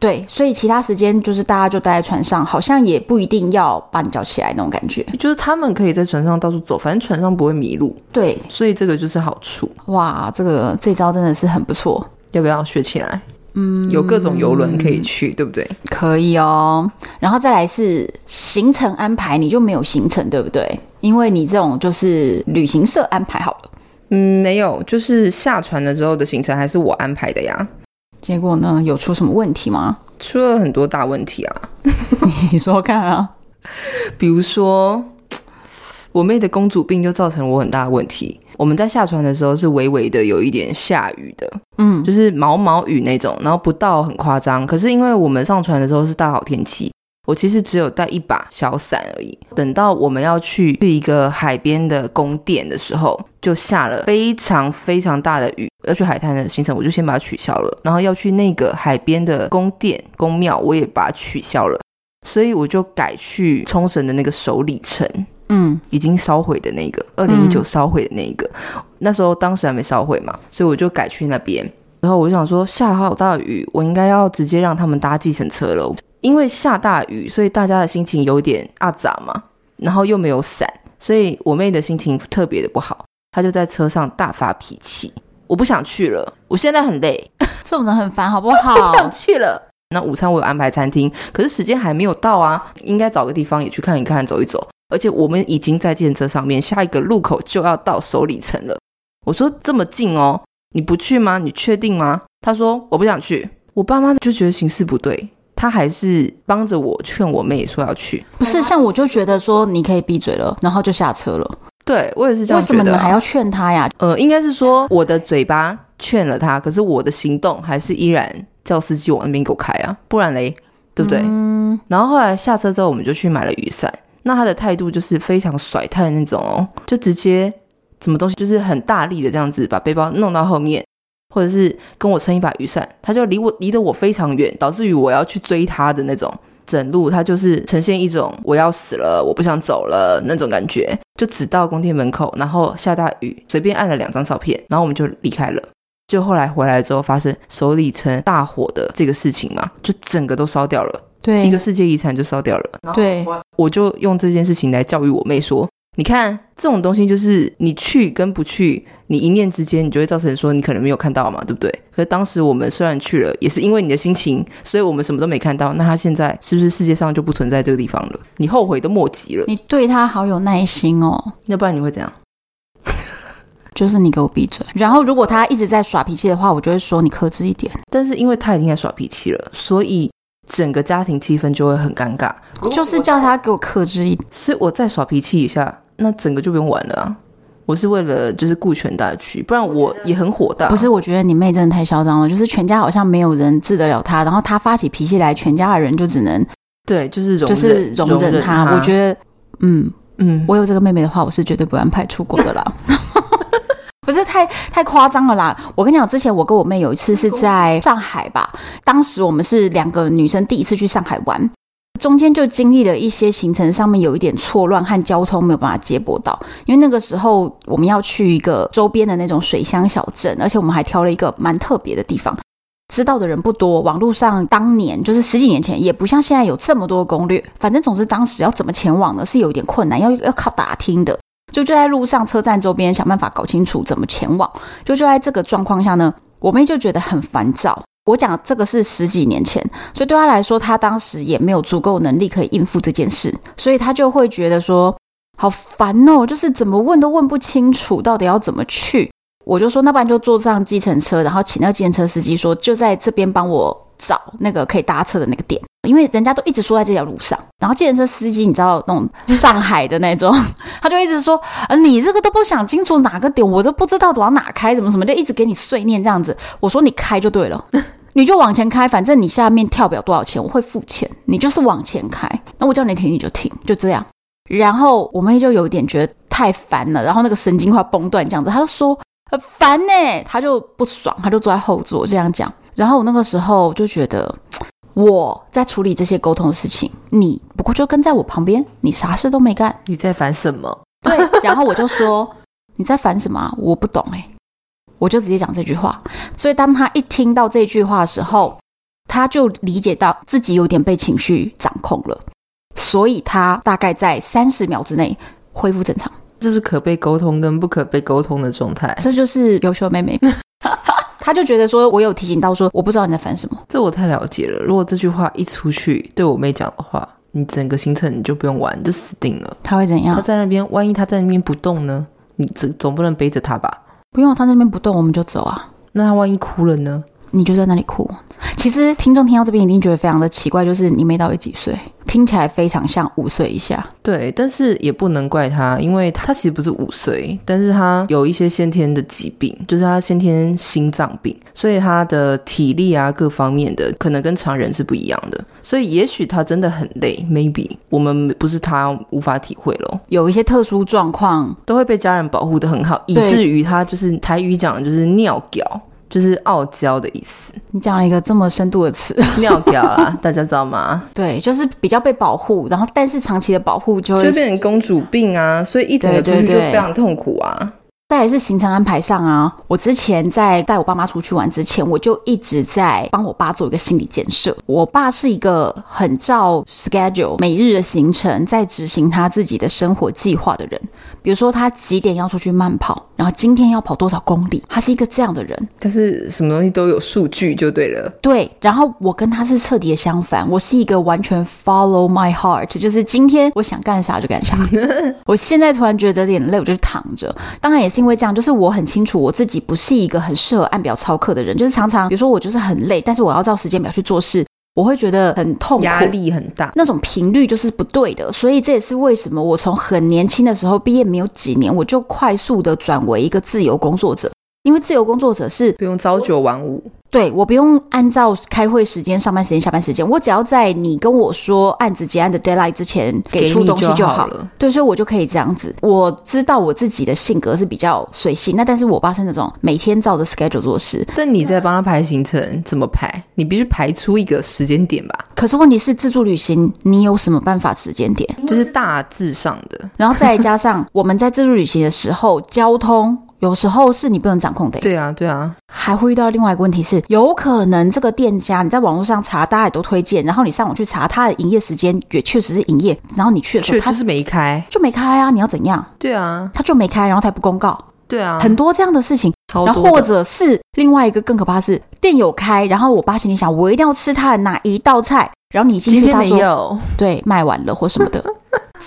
[SPEAKER 1] 对，所以其他时间就是大家就待在船上，好像也不一定要把你叫起来那种感觉。
[SPEAKER 2] 就是他们可以在船上到处走，反正船上不会迷路，
[SPEAKER 1] 对，
[SPEAKER 2] 所以这个就是好处。
[SPEAKER 1] 哇，这个这招真的是很不错，
[SPEAKER 2] 要不要学起来？嗯，有各种游轮可以去，对不对？
[SPEAKER 1] 可以哦。然后再来是行程安排，你就没有行程，对不对？因为你这种就是旅行社安排好了。
[SPEAKER 2] 嗯，没有，就是下船了之后的行程还是我安排的呀。
[SPEAKER 1] 结果呢，有出什么问题吗？
[SPEAKER 2] 出了很多大问题啊，
[SPEAKER 1] 你说看啊，
[SPEAKER 2] 比如说，我妹的公主病就造成我很大的问题。我们在下船的时候是微微的有一点下雨的，
[SPEAKER 1] 嗯，
[SPEAKER 2] 就是毛毛雨那种，然后不到很夸张。可是因为我们上船的时候是大好天气，我其实只有带一把小伞而已。等到我们要去去一个海边的宫殿的时候，就下了非常非常大的雨。要去海滩的行程我就先把它取消了，然后要去那个海边的宫殿、宫庙我也把它取消了，所以我就改去冲绳的那个首里城。
[SPEAKER 1] 嗯
[SPEAKER 2] 已经烧毁的那个，二零一九烧毁的那一个，那时候当时还没烧毁嘛，所以我就改去那边。然后我就想说，下好大雨，我应该要直接让他们搭计程车了，因为下大雨，所以大家的心情有点阿杂嘛，然后又没有伞，所以我妹的心情特别的不好，她就在车上大发脾气。我不想去了，我现在很累，
[SPEAKER 1] 这种人很烦，好不
[SPEAKER 2] 不想
[SPEAKER 1] 好？
[SPEAKER 2] 去了。哦那午餐我有安排餐厅，可是时间还没有到啊，应该找个地方也去看一看、走一走。而且我们已经在建车上面，下一个路口就要到首里城了。我说这么近哦，你不去吗？你确定吗？他说我不想去。我爸妈就觉得形势不对，他还是帮着我劝我妹说要去。
[SPEAKER 1] 不是，像我就觉得说你可以闭嘴了，然后就下车了。
[SPEAKER 2] 对我也是这
[SPEAKER 1] 为
[SPEAKER 2] 样
[SPEAKER 1] 什
[SPEAKER 2] 觉
[SPEAKER 1] 么你
[SPEAKER 2] 得
[SPEAKER 1] 们
[SPEAKER 2] 啊、
[SPEAKER 1] 还要劝他呀？
[SPEAKER 2] 呃，应该是说我的嘴巴劝了他，可是我的行动还是依然叫司机往那边给我开啊，不然嘞，对不对？
[SPEAKER 1] 嗯，
[SPEAKER 2] 然后后来下车之后，我们就去买了雨伞。那他的态度就是非常甩态的那种哦，就直接什么东西就是很大力的这样子把背包弄到后面，或者是跟我撑一把雨伞，他就离我离得我非常远，导致于我要去追他的那种。整路他就是呈现一种我要死了，我不想走了那种感觉，就只到宫殿门口，然后下大雨，随便按了两张照片，然后我们就离开了。就后来回来之后，发生首里城大火的这个事情嘛，就整个都烧掉了。一
[SPEAKER 1] 对
[SPEAKER 2] 个世界遗产就烧掉了。
[SPEAKER 1] 对，
[SPEAKER 2] 我就用这件事情来教育我妹说：“你看，这种东西就是你去跟不去，你一念之间，你就会造成说你可能没有看到嘛，对不对？可是当时我们虽然去了，也是因为你的心情，所以我们什么都没看到。那他现在是不是世界上就不存在这个地方了？你后悔都莫及了，
[SPEAKER 1] 你对他好有耐心哦。
[SPEAKER 2] 要不然你会怎样？
[SPEAKER 1] 就是你给我闭嘴。然后，如果他一直在耍脾气的话，我就会说你克制一点。
[SPEAKER 2] 但是因为他已经在耍脾气了，所以整个家庭气氛就会很尴尬。
[SPEAKER 1] 就是叫他给我克制一点。
[SPEAKER 2] 所以我再耍脾气一下，那整个就不用玩了啊！我是为了就是顾全大局，不然我也很火大。
[SPEAKER 1] 不是，我觉得你妹真的太嚣张了，哦就是全家好像没有人治得了他，然后他发起脾气来，全家的人就只能
[SPEAKER 2] 对，就是容
[SPEAKER 1] 就
[SPEAKER 2] 忍，
[SPEAKER 1] 是容
[SPEAKER 2] 容
[SPEAKER 1] 忍
[SPEAKER 2] 他。
[SPEAKER 1] 他。我觉得，嗯，
[SPEAKER 2] 嗯，
[SPEAKER 1] 我有这个妹妹的话，我是绝对不安排出国的啦。 不是太太夸张了啦！我跟你讲，之前我跟我妹有一次是在上海吧，当时我们是两个女生第一次去上海玩，中间就经历了一些行程上面有一点错乱和交通没有办法接驳到，因为那个时候我们要去一个周边的那种水乡小镇，而且我们还挑了一个蛮特别的地方。知道的人不多，网络上当年就是十几年前，也不像现在有这么多攻略。反正总之当时要怎么前往呢，是有一点困难，要要靠打听的。就就在路上车站周边想办法搞清楚怎么前往。就就在这个状况下呢，我妹就觉得很烦躁。我讲这个是十几年前，所以对她来说，她当时也没有足够能力可以应付这件事，所以她就会觉得说好烦哦，就是怎么问都问不清楚，到底要怎么去。我就说，那不然就坐上计程车，然后请那个计程车司机说，就在这边帮我找那个可以搭车的那个点，因为人家都一直说在这条路上。然后计程车司机，你知道那种上海的那种，他就一直说，呃，你这个都不想清楚哪个点，我都不知道往哪开，怎么什么，就一直给你碎念这样子。我说你开就对了。 你就往前开，反正你下面跳表多少钱，我会付钱。你就是往前开，那我叫你停你就停，就这样。然后我妹就有点觉得太烦了，然后那个神经快崩断这样子，她就说很烦呢、她就不爽，她就坐在后座这样讲。然后我那个时候就觉得我在处理这些沟通的事情，你不过就跟在我旁边，你啥事都没干。
[SPEAKER 2] 你在烦什么？
[SPEAKER 1] 对，然后我就说你在烦什么啊、我不懂哎、我就直接讲这句话。所以当他一听到这句话的时候，他就理解到自己有点被情绪掌控了，所以他大概在三十秒之内恢复正常。
[SPEAKER 2] 这是可被沟通跟不可被沟通的状态，
[SPEAKER 1] 这就是优秀妹妹。 他就觉得说，我有提醒到说，我不知道你在烦什么。
[SPEAKER 2] 这我太了解了。如果这句话一出去对我妹讲的话，你整个行程你就不用玩，你就死定了。
[SPEAKER 1] 他会怎
[SPEAKER 2] 她
[SPEAKER 1] 样？
[SPEAKER 2] 在那边，万一她在那边不动呢？你总总不能背着她吧？
[SPEAKER 1] 不用，他那边不动，我们就走啊。
[SPEAKER 2] 那她万一哭了呢？
[SPEAKER 1] 你就在那里哭。其实听众听到这边一定觉得非常的奇怪，就是你妹到底几岁？听起来非常像五岁以下。
[SPEAKER 2] 对，但是也不能怪他，因为他其实不是五岁，但是他有一些先天的疾病，就是他先天心脏病，所以他的体力啊各方面的可能跟常人是不一样的，所以也许他真的很累，maybe 我们不是他无法体会咯，
[SPEAKER 1] 有一些特殊状况，
[SPEAKER 2] 都会被家人保护的很好，以
[SPEAKER 1] 对
[SPEAKER 2] 至于他就是台语讲的就是尿屌。就是傲娇的意思，
[SPEAKER 1] 你讲了一个这么深度的词，
[SPEAKER 2] 尿屌啦， 大家知道吗？
[SPEAKER 1] 对，就是比较被保护，然后但是长期的保护就
[SPEAKER 2] 就
[SPEAKER 1] 会，
[SPEAKER 2] 变成公主病啊，所以一整个出
[SPEAKER 1] 对
[SPEAKER 2] 去
[SPEAKER 1] 对
[SPEAKER 2] 就
[SPEAKER 1] 对
[SPEAKER 2] 非常痛苦啊。
[SPEAKER 1] 再来是行程安排上啊。我之前在带我爸妈出去玩之前，我就一直在帮我爸做一个心理建设。我爸是一个很照 schedule 每日的行程在执行他自己的生活计划的人，比如说他几点要出去慢跑，然后今天要跑多少公里，他是一个这样的人。
[SPEAKER 2] 但是什么东西都有数据就对了。
[SPEAKER 1] 对，然后我跟他是彻底的相反，我是一个完全 follow my heart，就是今天我想干啥就 干啥。我现在突然觉得有点累，我就躺着。当然也是因为这样，就是我很清楚我自己不是一个很适合按表操课的人，就是常常比如说我就是很累，但是我要照时间表去做事，我会觉得很痛苦，
[SPEAKER 2] 压力很大。
[SPEAKER 1] 那种频率就是不对的，所以这也是为什么我从很年轻的时候毕业没有几年，我就快速的转为一个自由工作者。因为自由工作者是
[SPEAKER 2] 不用朝九晚五，
[SPEAKER 1] 对我不用按照开会时间、上班时间、下班时间，我只要在你跟我说案子结案的 deadline 之前给出
[SPEAKER 2] 你
[SPEAKER 1] 东西就
[SPEAKER 2] 好
[SPEAKER 1] 好。
[SPEAKER 2] 了。
[SPEAKER 1] 对，所以我就可以这样子。我知道我自己的性格是比较随性，那但是我爸是那种每天照着 schedule 做事。
[SPEAKER 2] 但你在帮他排行程，怎么排？你必须排出一个时间点吧，
[SPEAKER 1] 可是问题是自助旅行，你有什么办法时间 点？
[SPEAKER 2] 就是大致上的。
[SPEAKER 1] 然后再加上我们在自助旅行的时候，交通有时候是你不能掌控的。
[SPEAKER 2] 对啊，对啊，
[SPEAKER 1] 还会遇到另外一个问题是，有可能这个店家你在网络上查，大家也都推荐，然后你上网去查它的营业时间，也确实是营业，然后你去的时
[SPEAKER 2] 确
[SPEAKER 1] 候
[SPEAKER 2] 就
[SPEAKER 1] 它
[SPEAKER 2] 是没开。
[SPEAKER 1] 就没开啊，你要怎样？
[SPEAKER 2] 对啊，
[SPEAKER 1] 它就没开，然后它也不公告，
[SPEAKER 2] 对啊，
[SPEAKER 1] 很多这样的事情。
[SPEAKER 2] 超
[SPEAKER 1] 然后
[SPEAKER 2] 多的
[SPEAKER 1] 或者是另外一个更可怕的是，店有开，然后我爸心里想，我一定要吃他的哪一道菜，然后你进
[SPEAKER 2] 今
[SPEAKER 1] 去
[SPEAKER 2] 天
[SPEAKER 1] 他
[SPEAKER 2] 没
[SPEAKER 1] 说
[SPEAKER 2] 有
[SPEAKER 1] 对卖完了或什 么的，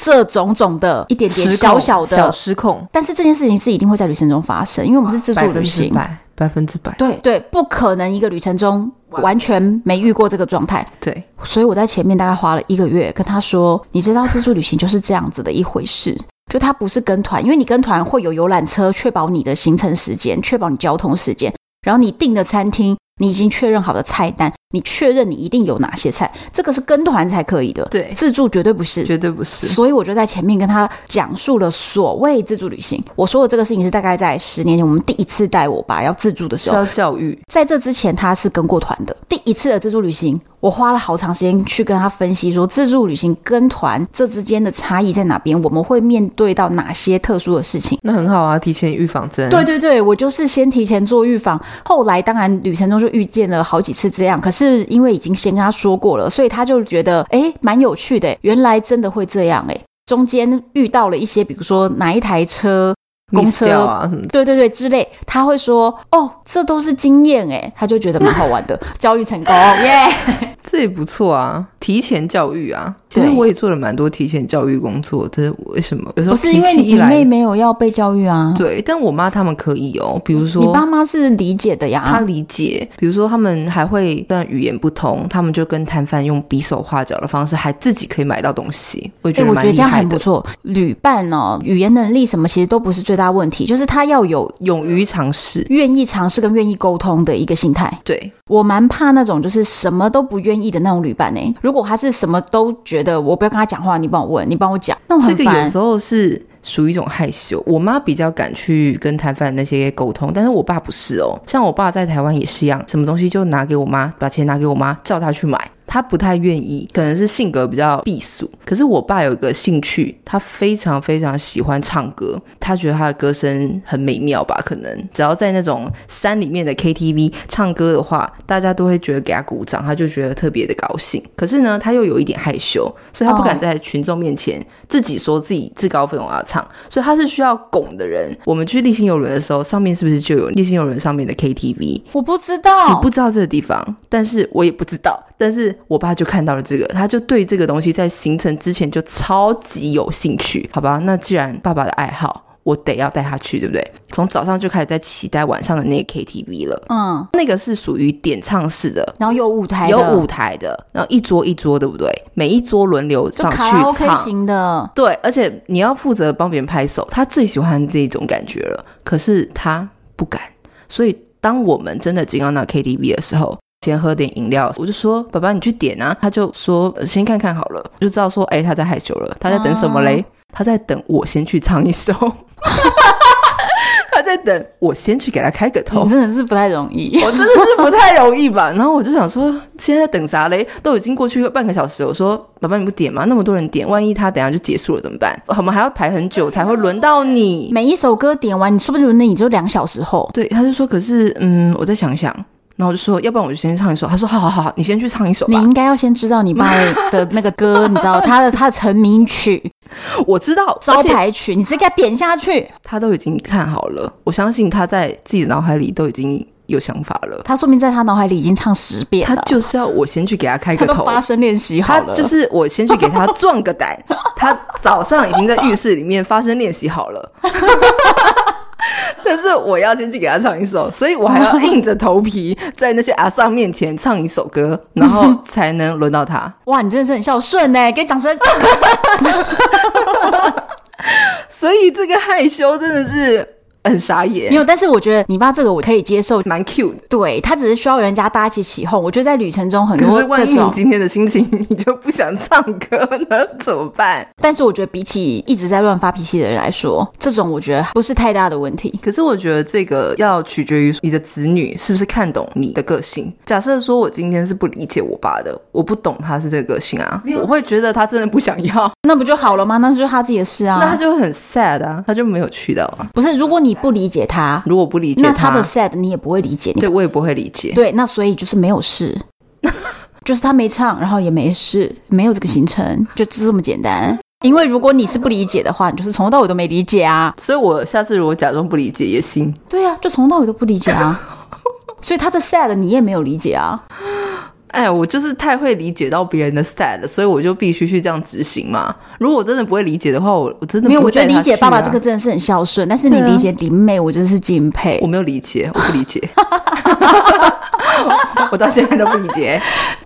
[SPEAKER 1] 这种种的一点点
[SPEAKER 2] 失
[SPEAKER 1] 小
[SPEAKER 2] 控
[SPEAKER 1] 小的
[SPEAKER 2] 小失控，
[SPEAKER 1] 但是这件事情是一定会在旅程中发生，因为我们是自
[SPEAKER 2] 百
[SPEAKER 1] 助
[SPEAKER 2] 分
[SPEAKER 1] 旅
[SPEAKER 2] 之
[SPEAKER 1] 行，
[SPEAKER 2] 百，百分之百，
[SPEAKER 1] 对对，不可能一个旅程中完全没遇过这个状态。
[SPEAKER 2] 对，
[SPEAKER 1] 所以我在前面大概花了一个月跟他说，你知道自助旅行就是这样子的一回事。就他不是跟团，因为你跟团会有游览车确保你的行程时间，确保你交通时间，然后你订的餐厅，你已经确认好的菜单，你确认你一定有哪些菜，这个是跟团才可以的，
[SPEAKER 2] 对
[SPEAKER 1] 自助绝对不是。
[SPEAKER 2] 绝对不是。哦
[SPEAKER 1] 所以我就在前面跟他讲述了所谓自助旅行。我说的这个事情是大概在十年前，我们第一次带我爸要自助的时
[SPEAKER 2] 是
[SPEAKER 1] 候。
[SPEAKER 2] 要教育，
[SPEAKER 1] 在这之前，他是跟过团的。第一次的自助旅行，我花了好长时间去跟他分析说，自助旅行跟团这之间的差异在哪边，我们会面对到哪些特殊的事情。
[SPEAKER 2] 那很好啊，提前预防针。
[SPEAKER 1] 对对对，我就是先提前做预防，后来当然旅程中就遇见了好几次这样，可是因为已经先跟他说过了，所以他就觉得诶蛮有趣的，原来真的会这样诶中间遇到了一些，比如说哪一台车，公
[SPEAKER 2] miss
[SPEAKER 1] 车
[SPEAKER 2] 掉啊什么的，
[SPEAKER 1] 对对对之类，他会说哦，这都是经验诶他就觉得蛮好 玩的，教育成功耶。
[SPEAKER 2] 这也不错啊，提前教育啊。其
[SPEAKER 1] 对
[SPEAKER 2] 实我也做了蛮多提前教育工作，这是为什么？有时候
[SPEAKER 1] 不是因为
[SPEAKER 2] 脾气
[SPEAKER 1] 你
[SPEAKER 2] 一来
[SPEAKER 1] 妹没有要被教育啊，
[SPEAKER 2] 对，但我妈他们可以哦，比如
[SPEAKER 1] 你爸
[SPEAKER 2] 说。
[SPEAKER 1] 妈是理解的呀。
[SPEAKER 2] 她理解，比如说他们还会，虽然语言不通，他们就跟摊贩用比手画脚的方式，还自己可以买到东西。我也觉
[SPEAKER 1] 哎、
[SPEAKER 2] 得
[SPEAKER 1] 我
[SPEAKER 2] 蛮
[SPEAKER 1] 觉得
[SPEAKER 2] 厉
[SPEAKER 1] 这样
[SPEAKER 2] 害
[SPEAKER 1] 很
[SPEAKER 2] 的
[SPEAKER 1] 不，错。旅伴哦，语言能力什么其实都不是最大问题，就是他要有
[SPEAKER 2] 勇于尝试。
[SPEAKER 1] 愿意尝试跟愿意沟通的一个心态。
[SPEAKER 2] 对，
[SPEAKER 1] 我蛮怕那种就是什么都不愿意的那种旅伴呢、欸如果他是什么都觉得我不要跟他讲话，你帮我问，你帮我讲，那我
[SPEAKER 2] 这
[SPEAKER 1] 很
[SPEAKER 2] 个有
[SPEAKER 1] 烦
[SPEAKER 2] 时。候是属于一种害羞。我妈比较敢去跟摊贩那些沟通，但是我爸不是哦。像我爸在台湾也是一样，什么东西就拿给我妈，把钱拿给我妈，叫她去买。他不太愿意，可能是性格比较避俗。可是我爸有一个兴趣，他非常非常喜欢唱歌，他觉得他的歌声很美妙吧？可能只要在那种山里面的 KTV 唱歌的话，大家都会觉得给他鼓掌，他就觉得特别的高兴。可是呢，他又有一点害羞，所以他不敢
[SPEAKER 1] 哦
[SPEAKER 2] 在群众面前自己说自己自告奋勇要唱，所以他是需要拱的人。我们去立新游轮的时候，上面是不是就有立新游轮上面的 KTV？
[SPEAKER 1] 我不知
[SPEAKER 2] 你
[SPEAKER 1] 道，
[SPEAKER 2] 不知道这个地方，但是我也不知道，但是我爸就看到了这个，他就对这个东西在行程之前就超级有兴趣，好吧？那既然爸爸的爱好。我得要带他去，对不对？从早上就开始在期待晚上的那个 KTV 了。
[SPEAKER 1] 嗯，
[SPEAKER 2] 那个是属于点唱式的，
[SPEAKER 1] 然后有舞台的，
[SPEAKER 2] 有舞台的，然后一桌一桌，对不对？每一桌轮流
[SPEAKER 1] 就
[SPEAKER 2] 上
[SPEAKER 1] 卡拉
[SPEAKER 2] 去
[SPEAKER 1] OK
[SPEAKER 2] 唱。
[SPEAKER 1] 型的，
[SPEAKER 2] 对，而且你要负责帮别人拍手，他最喜欢这种感觉了。可是他不敢，所以当我们真的进到那 KTV 的时候，先喝点饮料，我就说：“爸爸，你去点啊。”他就说：“呃先看看好了。”就知道说：“哎、他在害羞了，他在等什么嘞？他在等我先去唱一首， 他在等我先去给他开个头
[SPEAKER 1] 你。”真的是不太容易。
[SPEAKER 2] 我真的是不太容易吧。然后我就想说，现在等啥嘞？都已经过去半个小时了，我说爸爸你不点吗？那么多人点，万一他等下就结束了怎么办？我们还要排很久才会轮到你。
[SPEAKER 1] 每一首歌点完，你说不定那你就两小时后，
[SPEAKER 2] 对，他就说，可是嗯，我再想想。然后我就说，要不然我就先去唱一首。他说，好好好好，你先去唱一首
[SPEAKER 1] 你
[SPEAKER 2] 吧。
[SPEAKER 1] 应该要先知道你爸的 那个歌，你知道他的他的成名 曲、
[SPEAKER 2] 我知道，
[SPEAKER 1] 招
[SPEAKER 2] 而且
[SPEAKER 1] 牌曲，你直接给他点下去。
[SPEAKER 2] 他都已经看好了，我相信他在自己的脑海里都已经有想法了。
[SPEAKER 1] 他说明在他脑海里已经唱十遍
[SPEAKER 2] 他
[SPEAKER 1] 了，
[SPEAKER 2] 就是要我先去给他开
[SPEAKER 1] 他
[SPEAKER 2] 个
[SPEAKER 1] 都
[SPEAKER 2] 头，
[SPEAKER 1] 发声练习好
[SPEAKER 2] 他
[SPEAKER 1] 了，
[SPEAKER 2] 就是我先去给他壮个 胆，他早上已经在浴室里面发声练习好了。 但是我要先去给他唱一首，所以我还要硬着头皮在那些阿桑面前唱一首歌，然后才能轮 到他。
[SPEAKER 1] 哇，你真的是很孝顺呢，给你掌声。
[SPEAKER 2] 所以这个害羞真的是很傻
[SPEAKER 1] 没
[SPEAKER 2] 眼，
[SPEAKER 1] 有，但是我觉得你爸这个我可以接受，
[SPEAKER 2] 蛮 cute 的。
[SPEAKER 1] 对他只是需要人家大家一起起哄。我觉得在旅程中很
[SPEAKER 2] 可
[SPEAKER 1] 多
[SPEAKER 2] 是万
[SPEAKER 1] 这
[SPEAKER 2] 一你
[SPEAKER 1] 种，
[SPEAKER 2] 今天的心情你就不想唱歌呢，怎么办？
[SPEAKER 1] 但是我觉得比起一直在乱发脾气的人来说，这种我觉得不是太大的问题。
[SPEAKER 2] 可是我觉得这个要取决于你的子女是不是看懂你的个性。假设说我今天是不理解我爸的，我不懂他是这个个性啊，我会觉得他真的不想要，
[SPEAKER 1] 那不就好了吗？那就是他自己的事
[SPEAKER 2] 那他
[SPEAKER 1] 啊。
[SPEAKER 2] 就很 sad 啊，他就没有去到啊。
[SPEAKER 1] 不是，如果你不理解他，
[SPEAKER 2] 如果不理解
[SPEAKER 1] 那他的 sad 你也不会理解你。
[SPEAKER 2] 对我也不会理解。
[SPEAKER 1] 对，那所以就是没有 事，就是他没唱，然后也没事，没有这个行程，就就这么简单。因为如果你是不理解的话，你就是从头到尾都没理解啊。
[SPEAKER 2] 所以我下次如果假装不理解也行，
[SPEAKER 1] 对啊，就从头到尾都不理解 啊。所以他的 sad 你也没有理解啊。
[SPEAKER 2] 哎，我就是太会理解到别人的 sad，所以我就必须去这样执行嘛。如果我真的不会理解的话，我我真的
[SPEAKER 1] 没有，
[SPEAKER 2] 不
[SPEAKER 1] 我
[SPEAKER 2] 会
[SPEAKER 1] 觉得
[SPEAKER 2] 带他
[SPEAKER 1] 理解
[SPEAKER 2] 去
[SPEAKER 1] 爸爸
[SPEAKER 2] 啊
[SPEAKER 1] 这个，真的是很孝顺，但是你
[SPEAKER 2] 对啊
[SPEAKER 1] 理解林妹，我真的是敬佩
[SPEAKER 2] 我。没有理解，我不理 解，我到现在都不理解。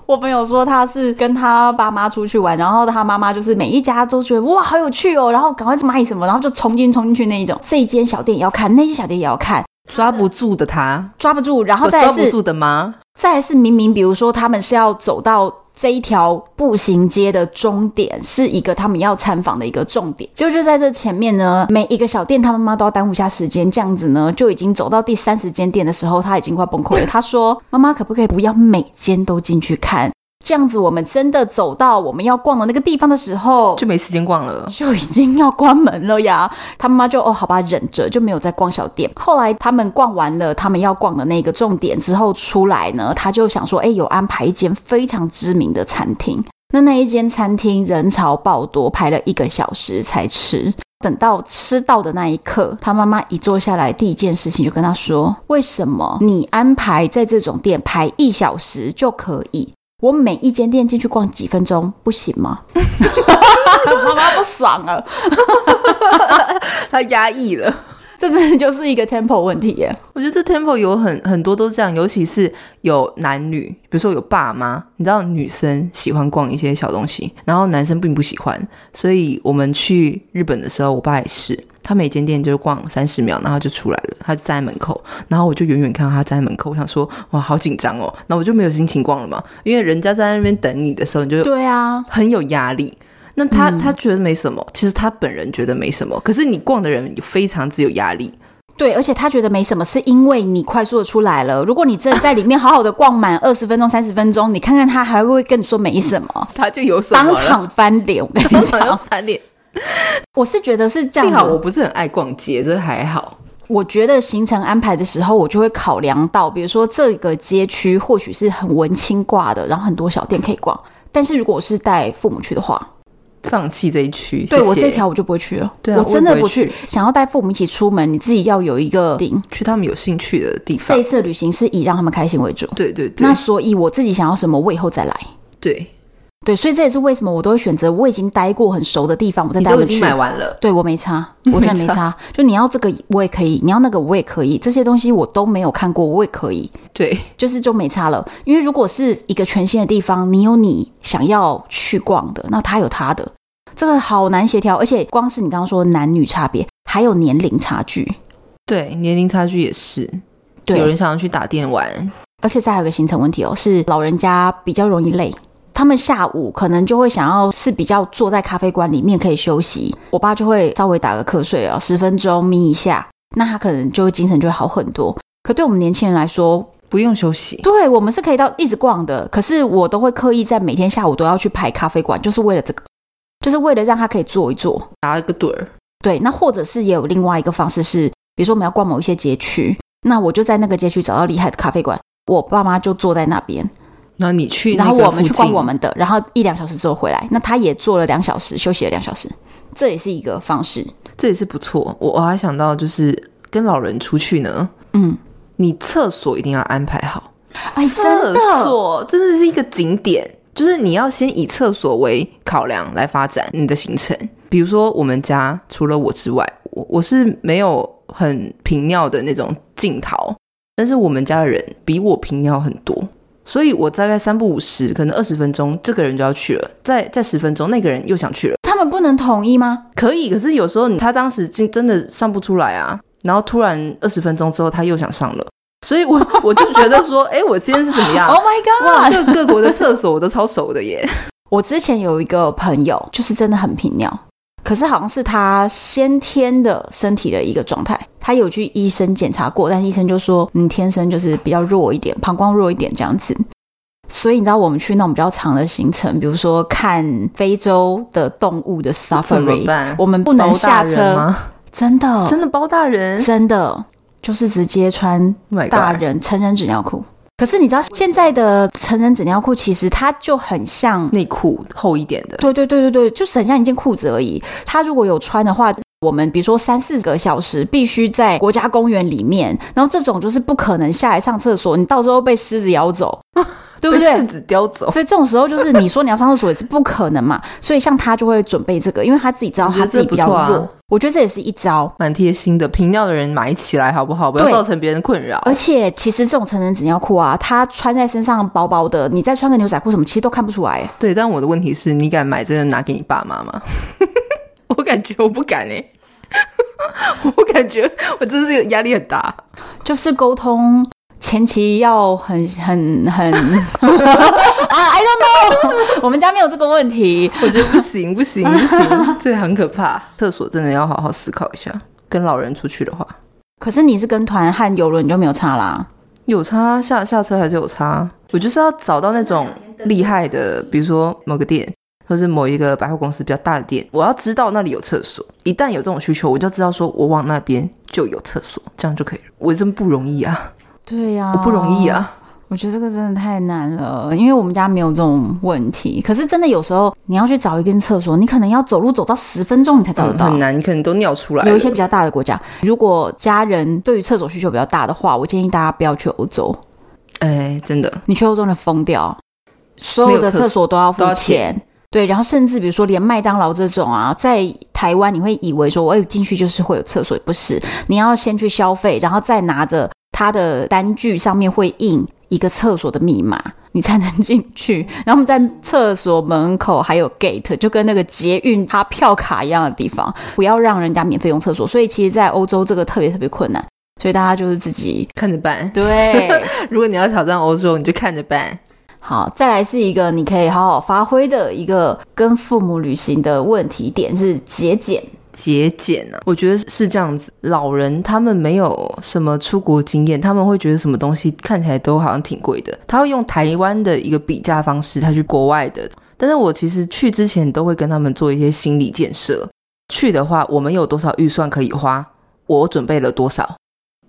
[SPEAKER 1] 我朋友说他是跟他爸妈出去玩，然后他妈妈就是每一家都觉得哇好有趣哦，然后赶快去买什么，然后就冲进冲进去那一种。这一间小店也要看，那间小店也要看，
[SPEAKER 2] 抓不住的他，
[SPEAKER 1] 抓不住。然后
[SPEAKER 2] 有
[SPEAKER 1] 再来
[SPEAKER 2] 抓不
[SPEAKER 1] 是
[SPEAKER 2] 住的吗？
[SPEAKER 1] 再来是明明，比如说他们是要走到这一条步行街的终点，是一个他们要参访的一个重点。就就在这前面呢，每一个小店他妈妈都要耽误一下时间，这样子呢，就已经走到第三十间店的时候，他已经快崩溃了。他说：“妈妈，可不可以不要每间都进去看？这样子我们真的走到我们要逛的那个地方的时候。”
[SPEAKER 2] 就没时间逛了。
[SPEAKER 1] 就已经要关门了呀。他妈妈就哦，好吧，忍着，就没有再逛小店。后来他们逛完了他们要逛的那个重点之后出来呢，他就想说，哎，有安排一间非常知名的餐厅。那那一间餐厅人潮爆多，排了一个小时才吃。等到吃到的那一刻，他妈妈一坐下来，第一件事情就跟他说：“为什么你安排在这种店排一小时就可以？我每一间店进去逛几分钟不行吗？”妈妈不爽了，
[SPEAKER 2] 他压抑了。
[SPEAKER 1] 这真的就是一个 tempo 问题耶。
[SPEAKER 2] 我觉得这 temple 有很很多都这样，尤其是有男女，比如说有爸妈，你知道女生喜欢逛一些小东西，然后男生并不喜欢，所以我们去日本的时候，我爸也是，他每间店就逛三十秒，然后就出来了，他就站在门口，然后我就远远看到他站在门口，我想说哇好紧张哦，那我就没有心情逛了嘛，因为人家在那边等你的时候，你就
[SPEAKER 1] 对啊，
[SPEAKER 2] 很有压力。那他、
[SPEAKER 1] 嗯
[SPEAKER 2] 他觉得没什么，其实他本人觉得没什么，可是你逛的人非常之有压力。
[SPEAKER 1] 对，而且他觉得没什么，是因为你快速的出来了。如果你真的在里面好好的逛满二十分钟、三十分钟，你看看他还会跟你说没什么，
[SPEAKER 2] 他就有什么
[SPEAKER 1] 当
[SPEAKER 2] 了
[SPEAKER 1] 场翻脸。我跟
[SPEAKER 2] 当
[SPEAKER 1] 你
[SPEAKER 2] 场要
[SPEAKER 1] 讲，
[SPEAKER 2] 翻脸。
[SPEAKER 1] 我是觉得是这样
[SPEAKER 2] 幸
[SPEAKER 1] 的。
[SPEAKER 2] 好我不是很爱逛街，这还好。
[SPEAKER 1] 我觉得行程安排的时候，我就会考量到，比如说这个街区或许是很文青挂的，然后很多小店可以逛。但是如果我是带父母去的话，
[SPEAKER 2] 放弃这一区，
[SPEAKER 1] 对
[SPEAKER 2] 谢谢
[SPEAKER 1] 我这条我就不会去了。
[SPEAKER 2] 对啊
[SPEAKER 1] 我真的
[SPEAKER 2] 我也
[SPEAKER 1] 不
[SPEAKER 2] 不会去
[SPEAKER 1] 去。想要带父母一起出门，你自己要有一个顶。
[SPEAKER 2] 去他们有兴趣的地
[SPEAKER 1] 这
[SPEAKER 2] 方
[SPEAKER 1] 一。次的旅行是以让他们开心为主。
[SPEAKER 2] 对对对
[SPEAKER 1] 那所以我自己想要什么，我以后再来。
[SPEAKER 2] 对，
[SPEAKER 1] 对，所以这也是为什么我都会选择我已经待过很熟的地方，我再
[SPEAKER 2] 你
[SPEAKER 1] 带
[SPEAKER 2] 都
[SPEAKER 1] 回
[SPEAKER 2] 已经
[SPEAKER 1] 去。
[SPEAKER 2] 买完了，
[SPEAKER 1] 对我没 差，我真的没
[SPEAKER 2] 没差
[SPEAKER 1] 差。就你要这个我也可以，你要那个我也可以，这些东西我都没有看过，我也可以，
[SPEAKER 2] 对，
[SPEAKER 1] 就是就没差了。因为如果是一个全新的地方，你有你想要去逛的，那他有他的，这个好难协调。而且光是你刚刚说的男女差别，还有年龄差距，
[SPEAKER 2] 对，年龄差距也是。
[SPEAKER 1] 对，
[SPEAKER 2] 有人想要去打电玩，
[SPEAKER 1] 而且再还有一个行程问题哦，是老人家比较容易累。他们下午可能就会想要是比较坐在咖啡馆里面可以休息，我爸就会稍微打个瞌睡哦，十分钟眯一下，那他可能就会精神就会好很多。可对我们年轻人来说，
[SPEAKER 2] 不用休息。
[SPEAKER 1] 对我们是可以到一直逛的，可是我都会刻意在每天下午都要去排咖啡馆，就是为了这个，就是为了让他可以坐一坐。
[SPEAKER 2] 打一个盹儿，
[SPEAKER 1] 对，那或者是也有另外一个方式是，比如说我们要逛某一些街区，那我就在那个街区找到厉害的咖啡馆，我爸妈就坐在那边，
[SPEAKER 2] 然后你去，
[SPEAKER 1] 然后我们去逛我，们的，然后一两小时之后回来，那他也坐了两小时，休息了两小时，这也是一个方式。
[SPEAKER 2] 这也是不错。我我还想到就是跟老人出去呢，
[SPEAKER 1] 嗯，
[SPEAKER 2] 你厕所一定要安排好，
[SPEAKER 1] 哎，真
[SPEAKER 2] 厕
[SPEAKER 1] 的，
[SPEAKER 2] 所真的是一个景点，就是你要先以厕所为考量来发展你的行程。比如说我们家除了我之外，我我是没有很频尿的那种镜头，但是我们家的人比我频尿很多。所以我大概三不五十，可能二十分钟，这个人就要去了；再再十分钟，那个人又想去了。
[SPEAKER 1] 他们不能统一吗？
[SPEAKER 2] 可以，可是有时候你他当时真真的上不出来啊，然后突然二十分钟之后他又想上了，所以我 我就觉得说，哎、我今天是怎么 样
[SPEAKER 1] Oh my god！
[SPEAKER 2] 哇，各各国的厕所我都超熟 的耶。
[SPEAKER 1] 我之前有一个朋友，就是真的很频尿，可是好像是他先天的身体的一个状态。他有去医生检查过，但医生就说你天生就是比较弱一点，膀胱弱一点这样子。所以你知道我们去那种比较长的行程，比如说看非洲的动物的 safari，
[SPEAKER 2] 办？
[SPEAKER 1] 我们不能下
[SPEAKER 2] 啊包大人
[SPEAKER 1] 车，哦
[SPEAKER 2] 吗？
[SPEAKER 1] 真的
[SPEAKER 2] 真的包大人
[SPEAKER 1] 真的就是直接穿
[SPEAKER 2] Oh my
[SPEAKER 1] 大
[SPEAKER 2] god！
[SPEAKER 1] 人成人纸尿裤。可是你知道现在的成人纸尿裤其实它就很像
[SPEAKER 2] 内裤厚一点的，
[SPEAKER 1] 对对对对对，就省下一件裤子而已。他如果有穿的话，我们比如说三四个小时必须在国家公园里面，然后这种就是不可能下来上厕所，你到时候被狮子咬 走，对不
[SPEAKER 2] 被
[SPEAKER 1] 对
[SPEAKER 2] 柿？子叼走。
[SPEAKER 1] 所以这种时候就是你说你要上厕所也是不可能嘛，所以像他就会准备这个，因为他自己知道
[SPEAKER 2] 我觉
[SPEAKER 1] 他
[SPEAKER 2] 得
[SPEAKER 1] 自己
[SPEAKER 2] 这不
[SPEAKER 1] 比较
[SPEAKER 2] 错啊
[SPEAKER 1] 弱，我觉得这也是一招。
[SPEAKER 2] 蛮贴心的，频尿的人买起来好不好？不要
[SPEAKER 1] 对
[SPEAKER 2] 造成别人困扰。
[SPEAKER 1] 而且其实这种成人纸尿裤啊，它穿在身上薄薄的，你再穿个牛仔裤什么，其实都看不出来。
[SPEAKER 2] 对，但我的问题是你敢买真的拿给你爸妈吗？ 我感觉我不敢哎、 我感觉我真是压力很大。
[SPEAKER 1] 就是沟通前期要很很 很啊，I don't know，我们 家没有这个问题。
[SPEAKER 2] 我觉得不行，不行，不行，这很可怕。厕所真的要好好思考一下。跟老人出去的话，
[SPEAKER 1] 可是你是跟团和游轮你就没有差啦。
[SPEAKER 2] 有差下下车还是有差。我就是要找到那种厉害的，比如说某个店，或是某一个百货公司比较大的店，我要知道那里有厕所。一旦有这种需求，我就知道说我往那边就有厕所，这样就可以了。我真不容易啊，
[SPEAKER 1] 对呀、
[SPEAKER 2] 我不容易！啊。
[SPEAKER 1] 我觉得这个真的太难了，因为我们家没有这种问题。可是真的有时候你要去找一间厕所，你可能要走路走到十分钟你才找得
[SPEAKER 2] 嗯
[SPEAKER 1] 到。
[SPEAKER 2] 很难，你可能都尿出来了。
[SPEAKER 1] 有一些比较大的国家，如果家人对于厕所需求比较大的话，我建议大家不要去欧洲。
[SPEAKER 2] 哎，真的
[SPEAKER 1] 你去欧洲的疯掉，所有的厕所都要付
[SPEAKER 2] 都要
[SPEAKER 1] 钱
[SPEAKER 2] 钱。
[SPEAKER 1] 对，然后甚至比如说连麦当劳这种啊，在台湾你会以为说，我、哎、进去就是会有厕所，不是？你要先去消费，然后再拿着它的单据上面会印一个厕所的密码，你才能进去。然后我们在厕所门口还有 gate，就跟那个捷运它票卡一样的地方，不要让人家免费用厕所。所以其实，在欧洲这个特别特别困难，所以大家就是自 己
[SPEAKER 2] 看着办。
[SPEAKER 1] 对。
[SPEAKER 2] 如果你要挑战欧洲，你就看着办。
[SPEAKER 1] 好，再来是一个你可以好好发挥的一个跟父母旅行的问题点是节俭。
[SPEAKER 2] 节俭啊，我觉得是这样子。老人他们没有什么出国经验，他们会觉得什么东西看起来都好像挺贵的。他会用台湾的一个比价方式，他去国外的。但是我其实去之前都会跟他们做一些心理建设。去的话，我们有多少预算可以花？我准备了多少？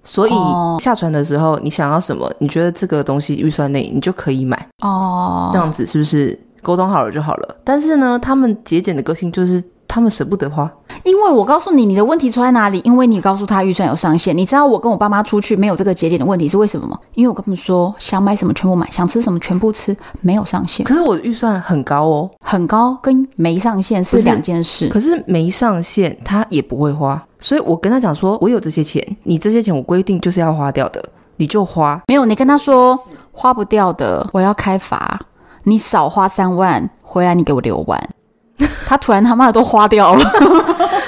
[SPEAKER 2] 所以
[SPEAKER 1] 哦
[SPEAKER 2] 下船的时候，你想要什么？你觉得这个东西预算内，你就可以买。
[SPEAKER 1] 哦
[SPEAKER 2] 这样子是不是沟通好了就好了？但是呢，他们节俭的个性就是他们舍不得花。
[SPEAKER 1] 因为我告诉你你的问题出在哪里，因为你告诉他预算有上限。你知道我跟我爸妈出去没有这个节点的问题是为什么吗？因为我跟他们说想买什么全部买，想吃什么全部吃，没有上限，
[SPEAKER 2] 可是我的预算很高哦，
[SPEAKER 1] 很高跟没上限是
[SPEAKER 2] 不是
[SPEAKER 1] 两件事。
[SPEAKER 2] 可是没上限，他也不会花。所以我跟他讲说，我有这些钱，你这些钱我规定就是要花掉的，你就花。
[SPEAKER 1] 没有，你跟他说花不掉的，我要开罚，你少花三万，回来你给我六 万。他突然他妈的都花掉了，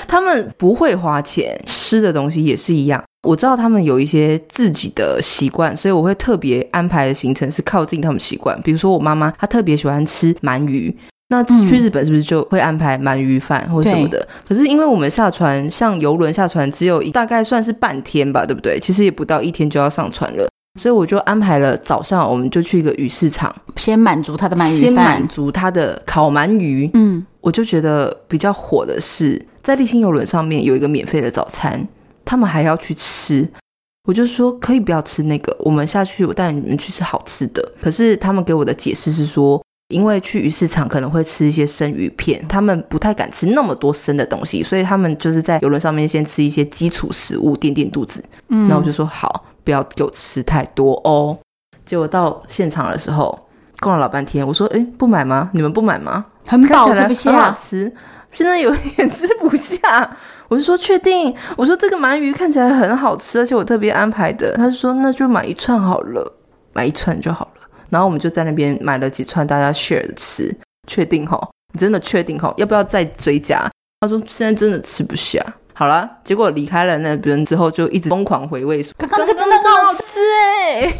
[SPEAKER 2] 他们不会花钱，吃的东西也是一样。我知道他们有一些自己的习惯，所以我会特别安排的行程是靠近他们习惯。比如说我妈妈，她特别喜欢吃鳗鱼，那
[SPEAKER 1] 嗯
[SPEAKER 2] 去日本是不是就会安排鳗鱼饭或什么的？可是因为我们下船，像游轮下船只有一大概算是半天吧，对不对？其实也不到一天就要上船了。所以我就安排了早上，我们就去一个鱼市场，
[SPEAKER 1] 先满足他的鳗
[SPEAKER 2] 先
[SPEAKER 1] 鱼
[SPEAKER 2] 满
[SPEAKER 1] 饭。
[SPEAKER 2] 足他的烤鳗鱼，
[SPEAKER 1] 嗯，
[SPEAKER 2] 我就觉得比较火的是，在立新游轮上面有一个免费的早餐，他们还要去吃。我就说可以不要吃那个，我们下去我带你们去吃好吃的。可是他们给我的解释是说，因为去鱼市场可能会吃一些生鱼片，他们不太敢吃那么多生的东西，所以他们就是在游轮上面先吃一些基础食物垫垫肚子。嗯，那我就说好，不要给我吃太多哦。结果到现场的时候，逛了老半天，我说诶，不买吗？你们不买吗？
[SPEAKER 1] 很
[SPEAKER 2] 看起
[SPEAKER 1] 饱
[SPEAKER 2] 来
[SPEAKER 1] 吃不啊
[SPEAKER 2] 很好
[SPEAKER 1] 下，
[SPEAKER 2] 吃，现在有点吃不下。 我是说确定，我说这个鳗鱼看起来很好吃，而且我特别安排的。他就说那就买一串好了，买一串就好了。然后我们就在那边买了几串，大家 share 着吃。确定哈？你真的确定哈？要不要再追加？他说现在真的吃不下。好了，结果离开了那边之后，就一直疯狂回味说：“
[SPEAKER 1] 刚刚那个真的
[SPEAKER 2] 很好吃哎、
[SPEAKER 1] 欸
[SPEAKER 2] 欸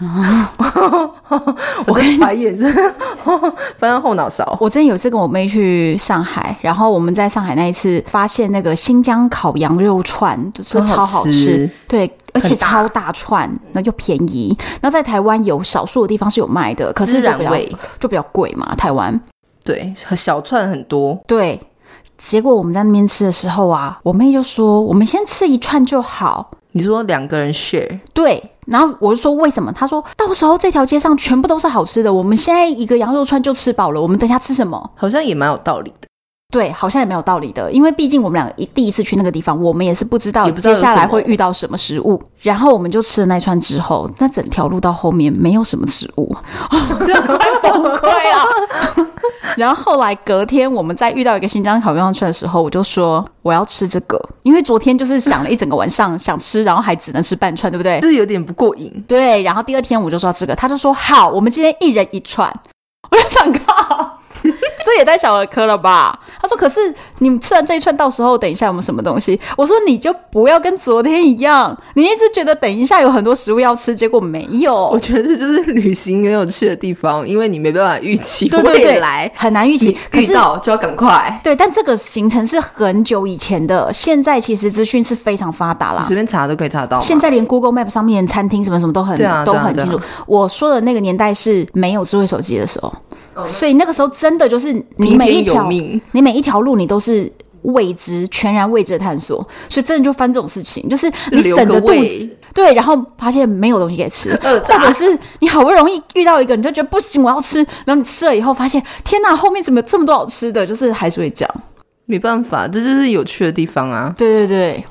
[SPEAKER 2] 我跟你白眼，真的 翻到后脑勺。
[SPEAKER 1] 我之前有一次跟我妹去上海，然后我们在上海那一次发现那个新疆烤羊肉串，就是超好
[SPEAKER 2] 很好
[SPEAKER 1] 吃
[SPEAKER 2] 吃，
[SPEAKER 1] 对，而且
[SPEAKER 2] 很大
[SPEAKER 1] 超大串，那又便宜。那在台湾有少数的地方是有卖的，可是
[SPEAKER 2] 孜
[SPEAKER 1] 就
[SPEAKER 2] 然
[SPEAKER 1] 比较
[SPEAKER 2] 味，
[SPEAKER 1] 就比较贵嘛，台湾
[SPEAKER 2] 对，小串很多，
[SPEAKER 1] 对。结果我们在那边吃的时候啊，我妹就说我们先吃一串就好，
[SPEAKER 2] 你说两个人 share，
[SPEAKER 1] 对。然后我就说为什么？她说到时候这条街上全部都是好吃的，我们现在一个羊肉串就吃饱了，我们等一下吃什么？
[SPEAKER 2] 好像也蛮有道理的。
[SPEAKER 1] 对，好像也没有道理的，因为毕竟我们两个一第一次去那个地方，我们也是不知道
[SPEAKER 2] 也不知道
[SPEAKER 1] 接
[SPEAKER 2] 有
[SPEAKER 1] 下来
[SPEAKER 2] 什么
[SPEAKER 1] 会遇到什么食物。然后我们就吃了那串之后，那整条路到后面没有什么食物，哦真的快崩溃了。 然后后来隔天我们再遇到一个新疆烤肉串的时候，我就说我要吃这个，因为昨天就是想了一整个晚上想吃，然后还只能吃半串，对不对？
[SPEAKER 2] 就是有点不过瘾。
[SPEAKER 1] 对，然后第二天我就说要吃这个，他就说好，我们今天一人一串。 我就想 靠，这也太小儿科了吧？他说可是你们吃完这一串，到时候等一下有没有什么东西？我说你就不要跟昨天一样，你一直觉得等一下有很多食物要吃，结果没
[SPEAKER 2] 我
[SPEAKER 1] 有。
[SPEAKER 2] 觉得这就是 旅行很有趣的地方，因为你没办法预期
[SPEAKER 1] 对对
[SPEAKER 2] 未
[SPEAKER 1] 对
[SPEAKER 2] 来，，
[SPEAKER 1] 很难预期
[SPEAKER 2] 你。
[SPEAKER 1] 可
[SPEAKER 2] 遇
[SPEAKER 1] 是
[SPEAKER 2] 到就要赶快。
[SPEAKER 1] 对，但这个行程是很久以前的，现在其实资讯是非常发达
[SPEAKER 2] 你
[SPEAKER 1] 啦。
[SPEAKER 2] 随便查都可以查到嘛。
[SPEAKER 1] 现在连 Google Map 上面餐厅什么什么都很、
[SPEAKER 2] 对啊
[SPEAKER 1] 都
[SPEAKER 2] 对啊
[SPEAKER 1] 很清楚。我说的那个年代是没有智慧手机的时候，
[SPEAKER 2] 哦
[SPEAKER 1] 所以那个时候真的就是你
[SPEAKER 2] 听
[SPEAKER 1] 每一
[SPEAKER 2] 天由
[SPEAKER 1] 条
[SPEAKER 2] 命，
[SPEAKER 1] 你每一条路你都是未知、全然未知的探索，所以真的就翻这种事情，就是你
[SPEAKER 2] 留
[SPEAKER 1] 省
[SPEAKER 2] 个
[SPEAKER 1] 着肚子
[SPEAKER 2] 胃
[SPEAKER 1] 对，然后发现没有东西可以 吃，
[SPEAKER 2] 饿
[SPEAKER 1] 或者
[SPEAKER 2] 炸。
[SPEAKER 1] 是你好不容易遇到一个，你就觉得不行，我要吃，然后你吃了以后发现天哪，后面怎么有这么多好吃的？就是还是会这样。
[SPEAKER 2] 没办法，这就是有趣的地方啊。
[SPEAKER 1] 对对对，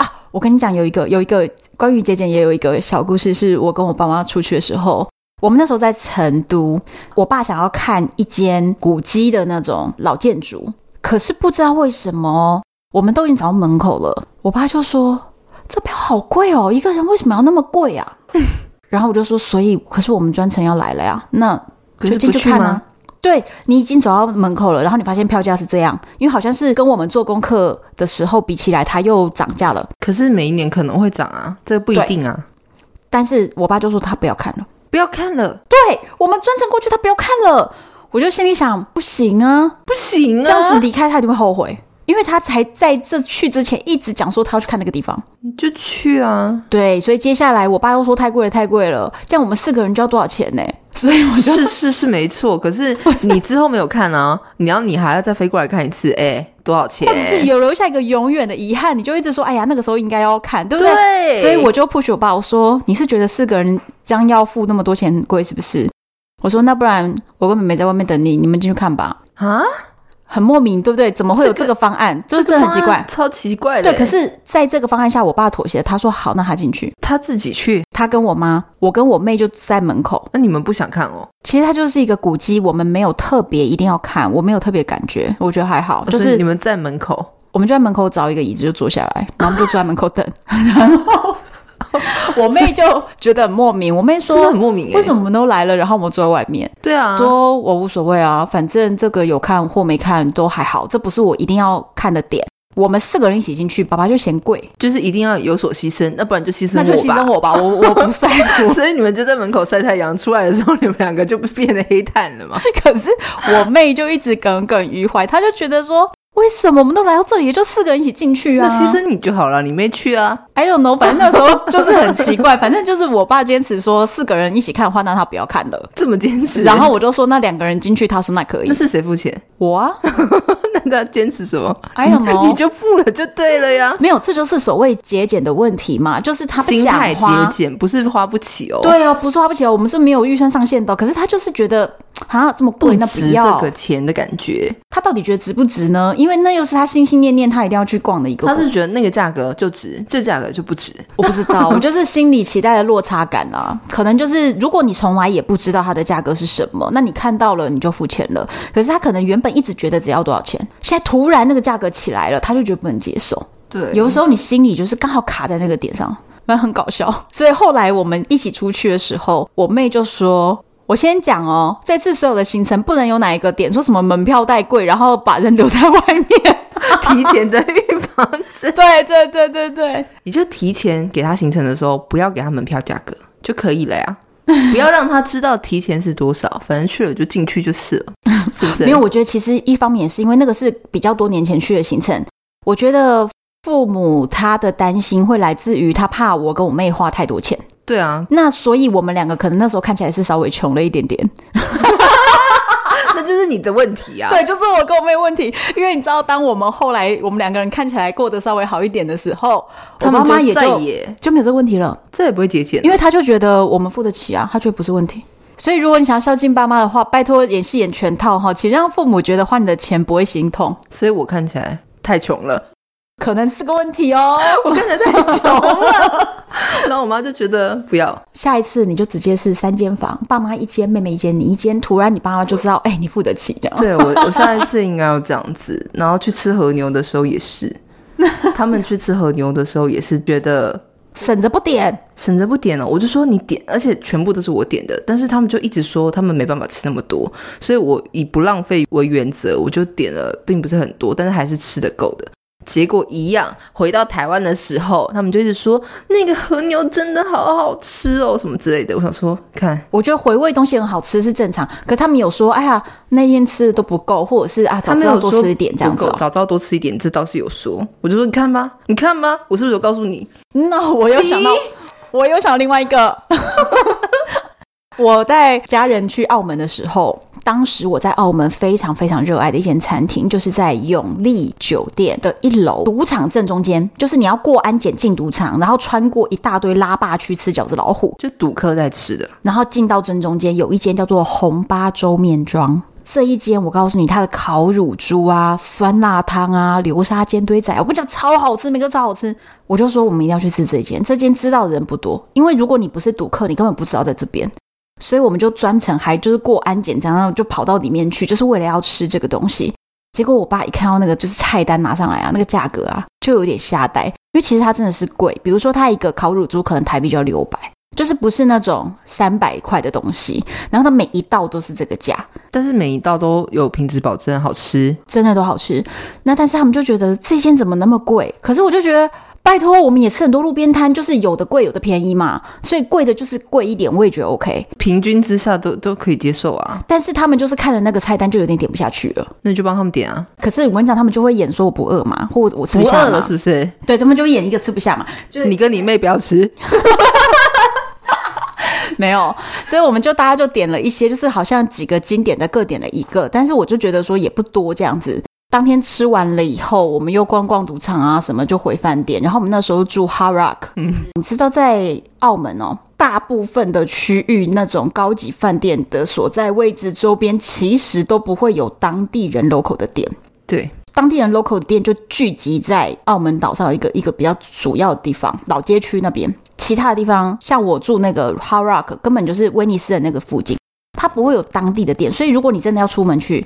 [SPEAKER 1] 啊，我跟你讲，有一个有一个关于节俭也有一个小故事，是我跟我爸妈出去的时候，我们那时候在成都，我爸想要看一间古迹的那种老建筑，可是不知道为什么，我们都已经找到门口了，我爸就说这票好贵哦，一个人为什么要那么贵啊？ 然后我就说，所以可是我们专程要来了呀，那
[SPEAKER 2] 可
[SPEAKER 1] 就是进
[SPEAKER 2] 不
[SPEAKER 1] 去
[SPEAKER 2] 去
[SPEAKER 1] 看啊
[SPEAKER 2] 吗？。
[SPEAKER 1] 对你已经走到门口了，然后你发现票价是这样，因为好像是跟我们做功课的时候比起来，它又涨价了。
[SPEAKER 2] 可是每一年可能会涨啊，这个不一
[SPEAKER 1] 对
[SPEAKER 2] 定啊。
[SPEAKER 1] 但是我爸就说他不要看了，
[SPEAKER 2] 不要看了，
[SPEAKER 1] 对我们专程过去，他不要看了。我就心里想，不行啊，
[SPEAKER 2] 不行啊，
[SPEAKER 1] 这样子离开他一定会后悔，因为他才在这去之前一直讲说他要去看那个地方。
[SPEAKER 2] 你就去啊。
[SPEAKER 1] 对，所以接下来我爸又说太贵了，太贵了，这样我们四个人就要多少钱呢？所以我就是
[SPEAKER 2] 是是没错，可是你之后没有看啊，你要你还要再飞过来看一次，哎、多少钱？
[SPEAKER 1] 或者是有留下一个永远的遗憾，你就一直说，哎呀，那个时候应该要看，对不对？
[SPEAKER 2] 对，
[SPEAKER 1] 所以我就 push 我爸，我说你是觉得四个人将要付那么多钱很贵是不是？我说那不然我跟妹妹在外面等你，你们进去看吧。
[SPEAKER 2] 啊，
[SPEAKER 1] 很莫名，对不对？怎么会有这个方案？就是真的很奇怪。
[SPEAKER 2] 超奇怪的。欸
[SPEAKER 1] 对，可是在这个方案下，我爸妥协，他说好，那他进去。
[SPEAKER 2] 他自己去，
[SPEAKER 1] 他跟我妈，我跟我妹就在门口。
[SPEAKER 2] 那你们不想看哦？
[SPEAKER 1] 其实它就是一个古迹，我们没有特别一定要看，我没有特别感觉，我觉得还好。就
[SPEAKER 2] 所以
[SPEAKER 1] 是
[SPEAKER 2] 你们在门口，
[SPEAKER 1] 我们就在门口找一个椅子就坐下 来，然后就坐在门口等。然后我妹就觉得很莫名，我妹
[SPEAKER 2] 真的
[SPEAKER 1] 说
[SPEAKER 2] 很莫名、欸。
[SPEAKER 1] 为什么？我们都来了，然后我们坐在外面，
[SPEAKER 2] 对啊，
[SPEAKER 1] 说我无所谓啊，反正这个有看或没看都还好，这不是我一定要看的点。我们四个人一起进去，爸爸就嫌贵，
[SPEAKER 2] 就是一定要有所牺牲，那不然就牺牲
[SPEAKER 1] 那
[SPEAKER 2] 我吧。。
[SPEAKER 1] 就牺牲我吧，我我不在乎
[SPEAKER 2] 所以你们就在门口晒太阳，出来的时候你们两个就变得黑炭了嘛？
[SPEAKER 1] 可是我妹就一直耿耿于怀，她就觉得说，为什么我们都来到这里，也就四个人一起进去啊？
[SPEAKER 2] 那牺牲你就好了，你没去啊？
[SPEAKER 1] I don't know，反正那时候就是很奇怪， 反正就是我爸坚持说四个人一起看的话，那他不要看了。
[SPEAKER 2] 这么坚持，
[SPEAKER 1] 然后我就说那两个人进去，他说那可以
[SPEAKER 2] 那。是谁付钱？
[SPEAKER 1] 我啊
[SPEAKER 2] 那他坚持什么？
[SPEAKER 1] ，I don't
[SPEAKER 2] 你
[SPEAKER 1] know，
[SPEAKER 2] 就付了就对了呀。
[SPEAKER 1] 没有，这就是所谓节俭的问题嘛，就是他不
[SPEAKER 2] 心态
[SPEAKER 1] 想
[SPEAKER 2] 节
[SPEAKER 1] 花。
[SPEAKER 2] 俭，不是花不起哦。，
[SPEAKER 1] 对哦，不是花不起哦，我们是没有预算上限的哦，可是他就是觉得啊这么
[SPEAKER 2] 不
[SPEAKER 1] 贵，那不
[SPEAKER 2] 值这
[SPEAKER 1] 要
[SPEAKER 2] 个。钱的感觉，
[SPEAKER 1] 他到底觉得值不值呢？因为那又是他心心念念他一定要去逛的一个
[SPEAKER 2] 他
[SPEAKER 1] 国家。
[SPEAKER 2] 是觉得那个价格就值，这价格就不值。
[SPEAKER 1] 我不知 道，我就是心里期待的落差感啊。可能就是如果你从来也不知道它的价格是什么，那你看到了你就付钱了。可是他可能原本一直觉得只要多少钱，现在突然那个价格起来了，他就觉得不能接受。
[SPEAKER 2] 对，
[SPEAKER 1] 有的时候你心里就是刚好卡在那个点上，反正很搞笑。 所以后来我们一起出去的时候，我妹就说。我先讲哦，这次所有的行程不能有哪一个点说什么门票太贵，然后把人留在外面。
[SPEAKER 2] 提前的预防针，
[SPEAKER 1] 对对对对对，
[SPEAKER 2] 你就提前给他行程的时候，不要给他门票价格就可以了 呀。不要让他知道提前是多少，反正去了就进去就是了，是 不是？
[SPEAKER 1] 没有，我觉得其实一方面也是因为那个是比较多年前去的行程，我觉得父母他的担心会来自于他怕我跟我妹花太多钱，
[SPEAKER 2] 对啊，
[SPEAKER 1] 那所以我们两个可能那时候看起来是稍微穷了一点点。
[SPEAKER 2] 那就是你的问题啊。
[SPEAKER 1] 对，就是我跟我妹问题，因为你知道，当我们后来我们两个人看起来过得稍微好一点的时候，
[SPEAKER 2] 他
[SPEAKER 1] 我
[SPEAKER 2] 们
[SPEAKER 1] 妈
[SPEAKER 2] 就
[SPEAKER 1] 妈也
[SPEAKER 2] 再
[SPEAKER 1] 就
[SPEAKER 2] 也
[SPEAKER 1] 就没有这个问题了。
[SPEAKER 2] 再也不会节俭了，
[SPEAKER 1] 因为他就觉得我们付得起啊，他觉得不是问题。所以如果你想要孝敬爸妈的话，拜托演戏演全套哈，请让父母觉得花你的钱不会心痛，
[SPEAKER 2] 所以我看起来太穷了，
[SPEAKER 1] 可能是个问题哦。
[SPEAKER 2] 我看起来太穷了。 然后我妈就觉得不要，
[SPEAKER 1] 下一次你就直接是三间房，爸妈一间，妹妹一间，你一间。突然你爸妈就知道，哎、你付得起这样。
[SPEAKER 2] 对我我下一次应该要这样子。然后去吃和牛的时候也是，他们去吃和牛的时候也是觉得
[SPEAKER 1] 省着不点，
[SPEAKER 2] 省着不点哦了、我就说你点，而且全部都是我点的，但是他们就一直说他们没办法吃那么多，所以我以不浪费为原则，我就点了，并不是很多，但是还是吃得够的。结果一样，回到台湾的时候，他们就一直说那个和牛真的好好吃哦，什么之类的。我想说，看
[SPEAKER 1] 我觉得回味东西很好吃是正常，可他们有说，哎呀，那天吃的都不够，或者是啊，早
[SPEAKER 2] 他
[SPEAKER 1] 知
[SPEAKER 2] 们
[SPEAKER 1] 道
[SPEAKER 2] 有
[SPEAKER 1] 多
[SPEAKER 2] 说
[SPEAKER 1] 吃一点这样子、
[SPEAKER 2] 不够
[SPEAKER 1] 哦。
[SPEAKER 2] 早知道多吃一点，这倒是有说。我就说你看吧，你看吧，我是不是有告诉你？
[SPEAKER 1] 那我又想到，我又想到另外一个。 我带家人去澳门的时候，当时我在澳门非常非常热爱的一间餐厅，就是在永利酒店的一楼赌场正中间，就是你要过安检进赌场，然后穿过一大堆拉霸区吃饺子老虎，
[SPEAKER 2] 就赌客在吃的，
[SPEAKER 1] 然后进到正中间有一间叫做红八粥面庄。这一间，我告诉你，它的烤乳猪啊、酸辣汤啊、流沙煎堆仔，我跟你讲超好吃，每个都超好吃。我就说我们一定要去吃这间，这间知道的人不多，因为如果你不是赌客，你根本不知道在这边。所以我们就专程还就是过安检站，然后就跑到里面去，就是为了要吃这个东西。结果我爸一看到那个就是菜单拿上来啊，那个价格啊，就有点吓呆，因为其实它真的是贵。比如说，它一个烤乳猪可能台币就要六百，就是不是那种三百块的东西，然后它每一道都是这个价，
[SPEAKER 2] 但是每一道都有品质保证，好吃。
[SPEAKER 1] 真的都好吃。那但是他们就觉得这些怎么那么贵？可是我就觉得，拜托，我们也吃很多路边摊，就是有的贵，有的便宜嘛，所以贵的就是贵一点，我也觉得 OK。
[SPEAKER 2] 平均之下都都可以接受啊，
[SPEAKER 1] 但是他们就是看了那个菜单就有点点不下去了。
[SPEAKER 2] 那你就帮他们点啊，
[SPEAKER 1] 可是我跟你讲，他们就会演说我不饿嘛，或者我吃
[SPEAKER 2] 不
[SPEAKER 1] 不下
[SPEAKER 2] 饿
[SPEAKER 1] 嘛，
[SPEAKER 2] 了是不是？
[SPEAKER 1] 对，他们就会演一个吃不下嘛，就是
[SPEAKER 2] 你跟你妹不要吃，
[SPEAKER 1] 没有，所以我们就大家就点了一些，就是好像几个经典的各点了一个，但是我就觉得说也不多这样子。当天吃完了以后，我们又逛逛赌场啊什么，就回饭店。然后我们那时候住 Hard Rock，嗯，你知道在澳门哦，大部分的区域那种高级饭店的所在位置周边，其实都不会有当地人 local 的店。
[SPEAKER 2] 对，
[SPEAKER 1] 当地人 local 店就聚集在澳门岛上有一个一个比较主要的地方，老街区那边。其他的地方，像我住那个 Hard Rock，根本就是威尼斯的那个附近，它不会有当地的店。所以如果你真的要出门去，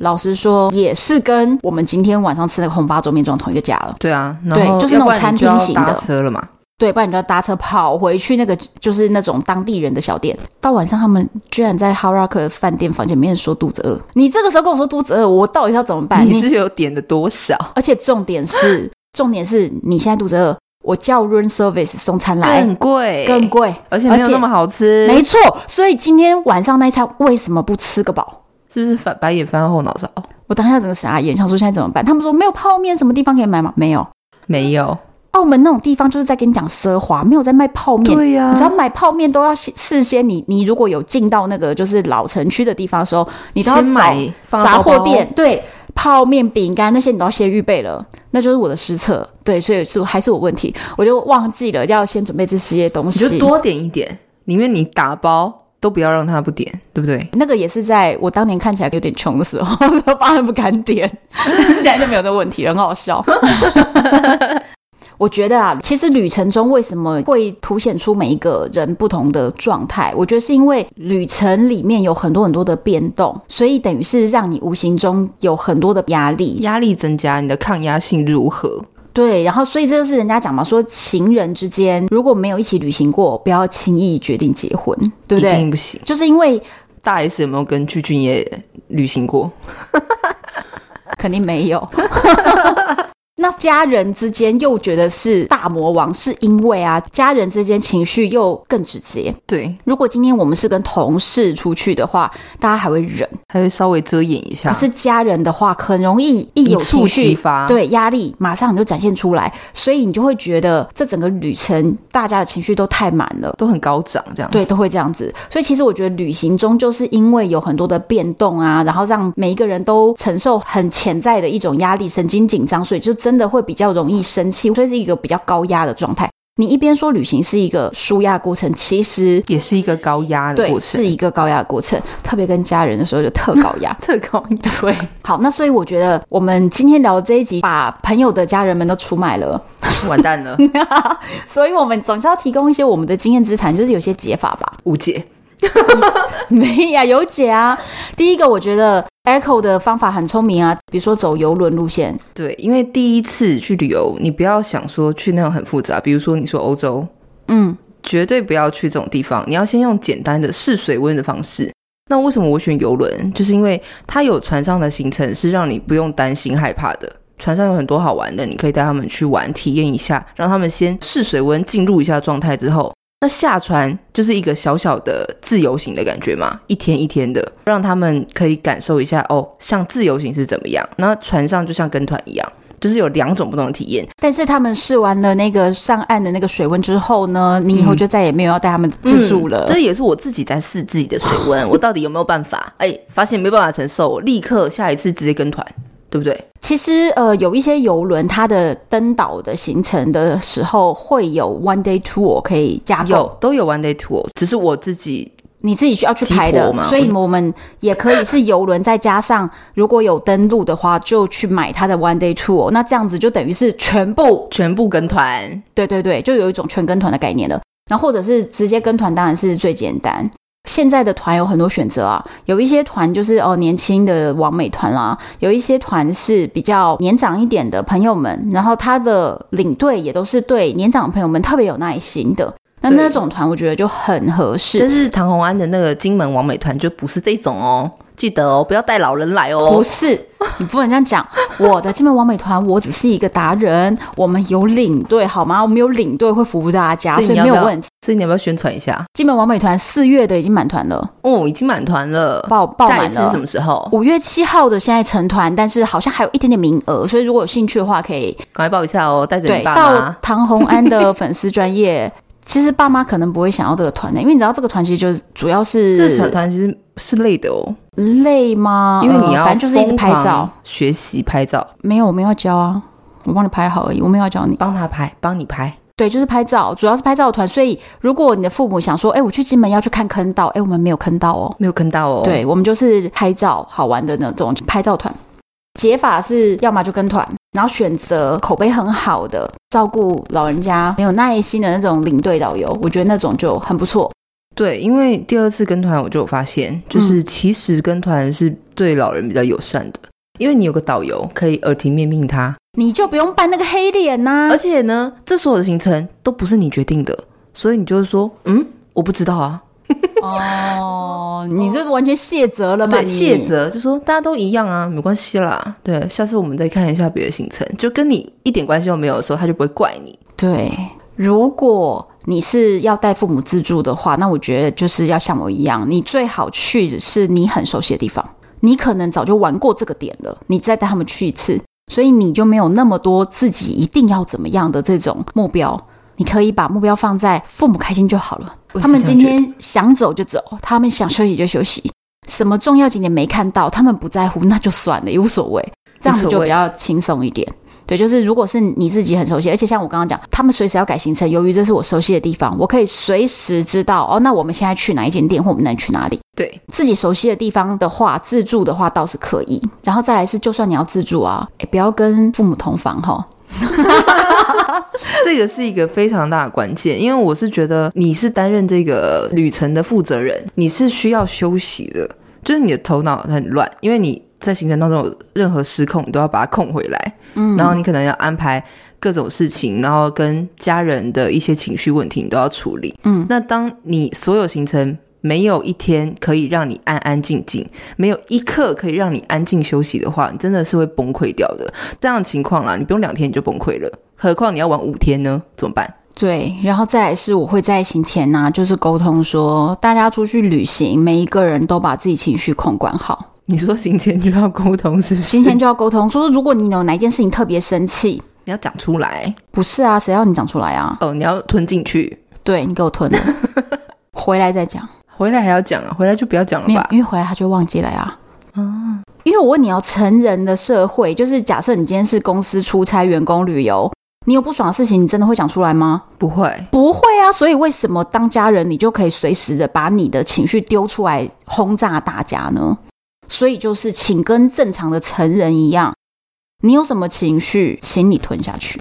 [SPEAKER 1] 老实说，也是跟我们今天晚上吃那个红八粥面撞同一个价了。
[SPEAKER 2] 对啊，然
[SPEAKER 1] 对
[SPEAKER 2] 后
[SPEAKER 1] 就是那种
[SPEAKER 2] 要不然你
[SPEAKER 1] 餐厅
[SPEAKER 2] 就要
[SPEAKER 1] 型的
[SPEAKER 2] 搭车了 嘛。
[SPEAKER 1] 对，不然你就要搭车跑回去那个就是那种当地人的小店。到晚上，他们居然在 Hard Rock 的饭店房间里面说肚子饿。你这个时候跟我说肚子饿，我到底要怎么办？
[SPEAKER 2] 你是有点的多少？
[SPEAKER 1] 而且重点 是，重点是你现在肚子饿，我叫 room service 送餐 来
[SPEAKER 2] 更贵，嗯
[SPEAKER 1] 更，贵，
[SPEAKER 2] 而且没有那么好吃，
[SPEAKER 1] 没错。所以今天晚上那一餐为什么不吃个饱？
[SPEAKER 2] 是不是翻白眼翻后脑勺？
[SPEAKER 1] 我当下整个傻眼，想说现在怎么办？他们说没有泡面，什么地方可以买吗？没有，
[SPEAKER 2] 没有，
[SPEAKER 1] 澳门那种地方就是在跟你讲奢华，没有在卖泡面。
[SPEAKER 2] 对啊呀、
[SPEAKER 1] 你知道买泡面都要先事先你你如果有进到那个就是老城区的地方的时候，你都要
[SPEAKER 2] 先买
[SPEAKER 1] 找
[SPEAKER 2] 放
[SPEAKER 1] 杂
[SPEAKER 2] 到包
[SPEAKER 1] 货店，对泡面、饼干那些你都要先预备了，那就是我的失策。对，所以是还是我问题，我就忘记了要先准备这些东
[SPEAKER 2] 你
[SPEAKER 1] 西。
[SPEAKER 2] 就多点一点，里面你打包都不要让他不点，对不对？
[SPEAKER 1] 那个也是在我当年看起来有点穷的时候， 所以当然不敢点。 现在就没有这个问题，很好笑。 我觉得啊，其实旅程中为什么会凸显出每一个人不同的状态？我觉得是因为旅程里面有很多很多的变动，所以等于是让你无形中有很多的压力。
[SPEAKER 2] 压力增加，你的抗压性如何？
[SPEAKER 1] 对，然后所以这就是人家讲嘛，说情人之间如果没有一起旅行过，不要轻易决定结婚，对不
[SPEAKER 2] 一
[SPEAKER 1] 对？
[SPEAKER 2] 定不行。
[SPEAKER 1] 就是因为
[SPEAKER 2] 大 S 有没有跟具俊晔旅行过？
[SPEAKER 1] 呃肯定没有。 那家人之间又觉得是大魔王，是因为啊，家人之间情绪又更直接。
[SPEAKER 2] 对，
[SPEAKER 1] 如果今天我们是跟同事出去的话，大家还会忍；
[SPEAKER 2] 还会稍微遮掩一
[SPEAKER 1] 可
[SPEAKER 2] 下，
[SPEAKER 1] 是家人的话，很容易一
[SPEAKER 2] 啊一
[SPEAKER 1] 有
[SPEAKER 2] 触
[SPEAKER 1] 情
[SPEAKER 2] 即
[SPEAKER 1] 绪，
[SPEAKER 2] 发。，
[SPEAKER 1] 对压力马上你就展现出来，所以你就会觉得这整个旅程大家的情绪都太满了。
[SPEAKER 2] 都很高涨这样。
[SPEAKER 1] 对，，都会这样子。所以其实我觉得旅行中就是因为有很多的变动啊，然后让每一个人都承受很潜在的一种压力，神经紧张，所以就真的会比较容易生气，所以是一个比较高压的状态。你一边说旅行是一个舒压过程，其实
[SPEAKER 2] 也是一个高压的
[SPEAKER 1] 对
[SPEAKER 2] 过程。
[SPEAKER 1] 是，一个高压的过程，特别跟家人的时候就特高压
[SPEAKER 2] 特高压。
[SPEAKER 1] 对，好，那所以我觉得我们今天聊的这一集，把朋友的家人们都出卖了，
[SPEAKER 2] 完蛋了，
[SPEAKER 1] 所以我们总是要提供一些我们的经验之谈，就是有些解法吧。
[SPEAKER 2] 误解。
[SPEAKER 1] 没呀、有解啊。第一个，我觉得 Echo 的方法很聪明啊，比如说走游轮路线，
[SPEAKER 2] 对，因为第一次去旅游，你不要想说去那种很复杂，比如说你说欧洲，
[SPEAKER 1] 嗯，
[SPEAKER 2] 绝对不要去这种地方，你要先用简单的试水温的方式。那为什么我选游轮？就是因为它有船上的行程是让你不用担心害怕的。船上有很多好玩的，你可以带他们去玩，体验一下，让他们先试水温，进入一下状态之后，那下船就是一个小小的自由行的感觉嘛，一天一天的，让他们可以感受一下哦，像自由行是怎么样。那船上就像跟团一样，就是有两种不同的体验。
[SPEAKER 1] 但是他们试完了那个上岸的那个水温之后呢，你以后就再也没有要带他们自助了。
[SPEAKER 2] 嗯这也是我自己在试自己的水 温，我到底有没有办法？哎，发现没办法承受，我立刻下一次直接跟团，对不对？
[SPEAKER 1] 其实呃，有一些游轮它的登岛的行程的时候会有 one day tour 可以加购，
[SPEAKER 2] 哦有都有 one day tour，只是我自己
[SPEAKER 1] 你自己需要去排
[SPEAKER 2] 鸡
[SPEAKER 1] 的
[SPEAKER 2] 婆，嘛
[SPEAKER 1] 所以我们也可以是游轮，再加上如果有登陆的话，就去买它的 one day tour，那这样子就等于是全部
[SPEAKER 2] 全部跟团。
[SPEAKER 1] 对对对，就有一种全跟团的概念了。然后或者是直接跟团，当然是最简单。现在的团有很多选择啊，有一些团就是哦年轻的完美团啦，有一些团是比较年长一点的朋友们，然后他的领队也都是对年长的朋友们特别有耐心的。那
[SPEAKER 2] 对
[SPEAKER 1] 那种团我觉得就很合适
[SPEAKER 2] 但，是唐红安的那个金门王美团就不是这种哦，记得哦，不要带老人来
[SPEAKER 1] 不
[SPEAKER 2] 哦。
[SPEAKER 1] 是，你不能这样讲。我的金门完美团，我只是一个达人，我们有领队好吗？我们有领队会服务大家，
[SPEAKER 2] 所以
[SPEAKER 1] 所以
[SPEAKER 2] 你要
[SPEAKER 1] 没有
[SPEAKER 2] 不要
[SPEAKER 1] 问题。
[SPEAKER 2] 所以你要不要宣传一下？
[SPEAKER 1] 金门完美团四月的已经满团了。
[SPEAKER 2] 哦，已经满团了，
[SPEAKER 1] 爆爆
[SPEAKER 2] 下一
[SPEAKER 1] 满
[SPEAKER 2] 次是什
[SPEAKER 1] 了。
[SPEAKER 2] 么时候？
[SPEAKER 1] 五月七号的现在成团，但是好像还有一点点名额，所以如果有兴趣的话，可以
[SPEAKER 2] 赶快报一下哦，带着
[SPEAKER 1] 对
[SPEAKER 2] 你爸
[SPEAKER 1] 到
[SPEAKER 2] 妈。
[SPEAKER 1] 唐红安的粉丝专业。 其实爸妈可能不会想要这个团的、因为你知道这个团其实就是主要是
[SPEAKER 2] 这小团其实是累的哦，
[SPEAKER 1] 累吗？
[SPEAKER 2] 因为你要
[SPEAKER 1] 呃反正就是一直拍
[SPEAKER 2] 疯
[SPEAKER 1] 照
[SPEAKER 2] 狂，学习拍照，
[SPEAKER 1] 没有，我没有要教啊，我帮你拍好而已，我没有要教你。
[SPEAKER 2] 帮他拍，帮你拍。
[SPEAKER 1] 对，就是拍照，主要是拍照团。所以如果你的父母想说，哎，我去金门要去看坑道，哎，我们没有坑道哦，
[SPEAKER 2] 没有跟到哦。，
[SPEAKER 1] 对，我们就是拍照好玩的那种拍照团。解法是，要么就跟团，然后选择口碑很好的、照顾老人家、没有耐心的那种领队导游，我觉得那种就很不错。
[SPEAKER 2] 对，因为第二次跟团我就有发现，就是其实跟团是对老人比较友善的，因为你有个导游可以耳提面命他，
[SPEAKER 1] 你就不用扮那个黑脸呐、
[SPEAKER 2] 而且呢，这所有的行程都不是你决定的，所以你就是说，嗯，我不知道啊，
[SPEAKER 1] 哦，你这完全卸责了嘛？
[SPEAKER 2] 对，
[SPEAKER 1] 你
[SPEAKER 2] 谢。责就说大家都一样啊，没关系啦，对，下次我们再看一下别的行程，就跟你一点关系都没有的时候，他就不会怪你。
[SPEAKER 1] 对，如果你是要带父母自助的话，那我觉得就是要像我一样，你最好去的是你很熟悉的地方，你可能早就玩过这个点了，你再带他们去一次，所以你就没有那么多自己一定要怎么样的这种目标。你可以把目标放在父母开心就好了，
[SPEAKER 2] 我也是
[SPEAKER 1] 他们
[SPEAKER 2] 这
[SPEAKER 1] 今
[SPEAKER 2] 样觉得
[SPEAKER 1] 天想走就走，他们想休息就休息，什么重要景点没看到，他们不在乎，那就算了，也无所谓，这样子
[SPEAKER 2] 无
[SPEAKER 1] 就
[SPEAKER 2] 所
[SPEAKER 1] 比
[SPEAKER 2] 谓
[SPEAKER 1] 较轻松一点。对，就是如果是你自己很熟悉，而且像我刚刚讲，他们随时要改行程，由于这是我熟悉的地方，我可以随时知道哦，那我们现在去哪一间店，或我们能去哪里。
[SPEAKER 2] 对，
[SPEAKER 1] 自己熟悉的地方的话，自助的话倒是可以。然后再来是，就算你要自助啊，诶不要跟父母同房哈、
[SPEAKER 2] 这个是一个非常大的关键，因为我是觉得你是担任这个旅程的负责人，你是需要休息的，就是你的头脑很乱，因为你在行程当中有任何失控，你都要把它控回来。嗯，然后你可能要安排各种事情，然后跟家人的一些情绪问题，你都要处理。嗯，那当你所有行程。没有一天可以让你安安静静，没有一刻可以让你安静休息的话，你真的是会崩溃掉的。这样的情况啦，你不用两天你就崩溃了，何况你要玩五天呢？怎么办？
[SPEAKER 1] 对，然后再来是我会在行前呢、就是沟通说，大家出去旅行，每一个人都把自己情绪控管好。
[SPEAKER 2] 你说行前就要沟通，是不是？
[SPEAKER 1] 行前就要沟通，说如果你有哪一件事情特别生气，
[SPEAKER 2] 你要讲出来
[SPEAKER 1] 不是啊，谁要你讲出来啊？
[SPEAKER 2] 哦，你要吞进去，
[SPEAKER 1] 对你给我吞 了，回来再讲。
[SPEAKER 2] 回来还要讲啊，回来就不要讲
[SPEAKER 1] 没
[SPEAKER 2] 了
[SPEAKER 1] 有，
[SPEAKER 2] 吧。嗯
[SPEAKER 1] 因为回来他就忘记了呀。因为我问你要成人的社会，就是假设你今天是公司出差、员工旅游，你有不爽的事情，你真的会讲出来吗？
[SPEAKER 2] 不会，
[SPEAKER 1] 不会啊。所以为什么当家人，你就可以随时的把你的情绪丢出来轰炸大家呢？所以就是，请跟正常的成人一样，你有什么情绪，请你吞下去，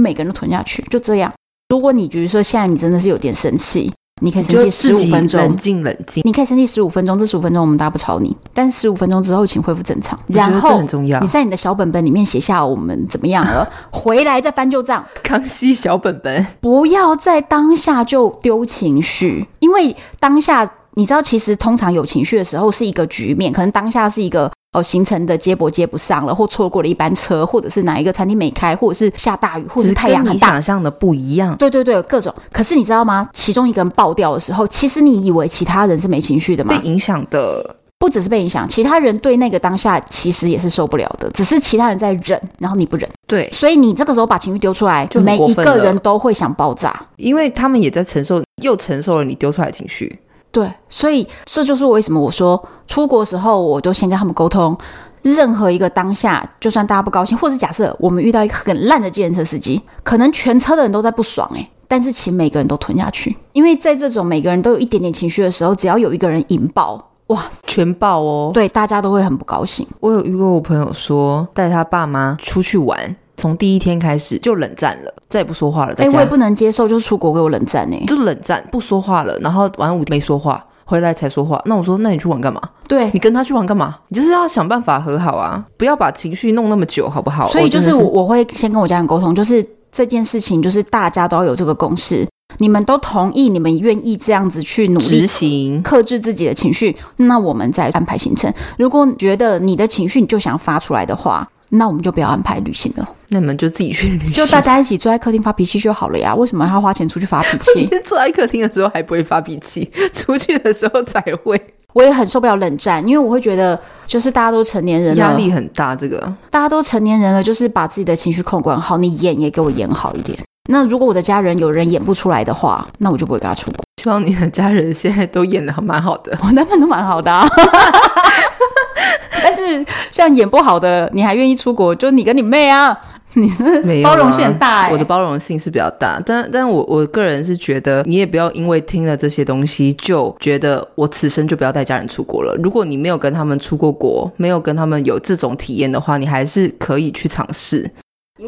[SPEAKER 1] 每个人都吞下去，就这样。如果你比如说现在你真的是有点生气，你可以生
[SPEAKER 2] 就
[SPEAKER 1] 气
[SPEAKER 2] 自
[SPEAKER 1] 十
[SPEAKER 2] 己
[SPEAKER 1] 五分钟，
[SPEAKER 2] 冷静冷静。
[SPEAKER 1] 你可以生气十五分钟，这十五分钟我们大家不吵你，但十五分钟之后请恢复正常。
[SPEAKER 2] 我觉
[SPEAKER 1] 然
[SPEAKER 2] 得这
[SPEAKER 1] 后
[SPEAKER 2] 很重要
[SPEAKER 1] 你。在你的小本本里面写下我们怎么样 了，回来再翻旧账，
[SPEAKER 2] 康熙小本本，
[SPEAKER 1] 不要在当下就丢情绪，因为当下你知道，其实通常有情绪的时候是一个局面，可能当下是一个哦行程的接驳接不上了，或错过了一班车，或者是哪一个餐厅没开，或者是下大雨，或者
[SPEAKER 2] 只
[SPEAKER 1] 是太阳
[SPEAKER 2] 跟
[SPEAKER 1] 很
[SPEAKER 2] 你
[SPEAKER 1] 大，
[SPEAKER 2] 想象的不一样。
[SPEAKER 1] 对对对，各种。可是你知道吗？其中一个人爆掉的时候，其实你以为其他人是没情绪的吗
[SPEAKER 2] 被？影响的，
[SPEAKER 1] 不只是被影响，其他人对那个当下其实也是受不了的，只是其他人在忍，然后你不忍，
[SPEAKER 2] 对，
[SPEAKER 1] 所以你这个时候把情绪丢出来，
[SPEAKER 2] 就很
[SPEAKER 1] 每
[SPEAKER 2] 过
[SPEAKER 1] 一
[SPEAKER 2] 分
[SPEAKER 1] 个
[SPEAKER 2] 了
[SPEAKER 1] 人都会想爆炸。
[SPEAKER 2] 因为他们也在承受，又承受了你丢出来的情绪。
[SPEAKER 1] 对，所以这就是为什么我说出国时候，我都先跟他们沟通。任何一个当下，就算大家不高兴，或是假设我们遇到一个很烂的计程车司机，可能全车的人都在不爽诶、但是请每个人都吞下去，因为在这种每个人都有一点点情绪的时候，只要有一个人引爆，哇，
[SPEAKER 2] 全爆哦！
[SPEAKER 1] 对，大家都会很不高兴。
[SPEAKER 2] 我有遇过我朋友说，带他爸妈出去玩，从第一天开始就冷战了，再也不说话了。
[SPEAKER 1] 哎、
[SPEAKER 2] 在家
[SPEAKER 1] 我也不能接受，就是出国给我冷战诶、欸
[SPEAKER 2] 就冷战不说话了，然后玩五没说话，回来才说话。那我说，那你去玩干嘛？
[SPEAKER 1] 对
[SPEAKER 2] 你，跟他去玩干嘛？你就是要想办法和好啊，不要把情绪弄那么久，好不好？
[SPEAKER 1] 所以
[SPEAKER 2] 我
[SPEAKER 1] 就
[SPEAKER 2] 真的
[SPEAKER 1] 是
[SPEAKER 2] 是
[SPEAKER 1] 我我会先跟我家人沟通，就是这件事情，就是大家都要有这个共识，你们都同意，你们愿意这样子去努
[SPEAKER 2] 执
[SPEAKER 1] 力。
[SPEAKER 2] 行。
[SPEAKER 1] 克制自己的情绪，那我们再安排行程。如果觉得你的情绪你就想发出来的话，那我们就不要安排旅行了，
[SPEAKER 2] 那你们就自己去旅行。
[SPEAKER 1] 就大家一起坐在客厅发脾气就好了呀。为什么还要花钱出去发脾气？
[SPEAKER 2] 坐在客厅的时候还不会发脾气，出去的时候才会，
[SPEAKER 1] 我也很受不了冷战，因为我会觉得就是大家都成年人了，
[SPEAKER 2] 压力很大。这个
[SPEAKER 1] 大家都成年人了，就是把自己的情绪控管好，你演也给我演好一点。那如果我的家人有人演不出来的话，那我就不会跟他出国。
[SPEAKER 2] 希望你的家人现在都演的蛮好的
[SPEAKER 1] 。我他们都蛮好的、啊，是像演不好的，你还愿意出国，就你跟你妹啊，你
[SPEAKER 2] 没
[SPEAKER 1] 是
[SPEAKER 2] 有啊
[SPEAKER 1] 包容性很大、欸。
[SPEAKER 2] 我的包容性是比较大，但但我我个人是觉得，你也不要因为听了这些东西就觉得我此生就不要带家人出国了。如果你没有跟他们出过国，没有跟他们有这种体验的话，你还是可以去尝试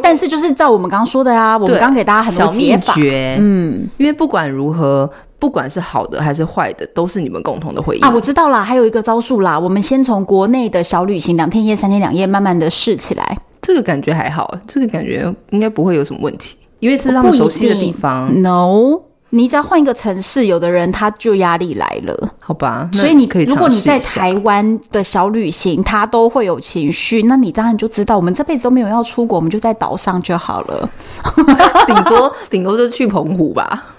[SPEAKER 1] 但是就是照我们刚刚说的啊，我们
[SPEAKER 2] 对
[SPEAKER 1] 刚给大家很多
[SPEAKER 2] 小秘
[SPEAKER 1] 解法，
[SPEAKER 2] 诀，
[SPEAKER 1] 嗯
[SPEAKER 2] 因为不管如何。不管是好的还是坏的，都是你们共同的回忆。
[SPEAKER 1] 啊，我知道啦，还有一个招数啦，我们先从国内的小旅行两天一夜、三天两夜，慢慢的试起来。
[SPEAKER 2] 这个感觉还好，这个感觉应该不会有什么问题，因为这是
[SPEAKER 1] 哦
[SPEAKER 2] 他们熟悉的地方，
[SPEAKER 1] 嗯 No，你只要换一个城市，有的人他就压力来了。
[SPEAKER 2] 好吧？那
[SPEAKER 1] 所以你
[SPEAKER 2] 可以
[SPEAKER 1] 如
[SPEAKER 2] 尝
[SPEAKER 1] 果你
[SPEAKER 2] 试一
[SPEAKER 1] 在
[SPEAKER 2] 下
[SPEAKER 1] 台湾的小旅行，他都会有情绪，那你当然就知道，我们这辈子都没有要出国，我们就在岛上就好了。
[SPEAKER 2] 顶多顶多就去澎湖吧，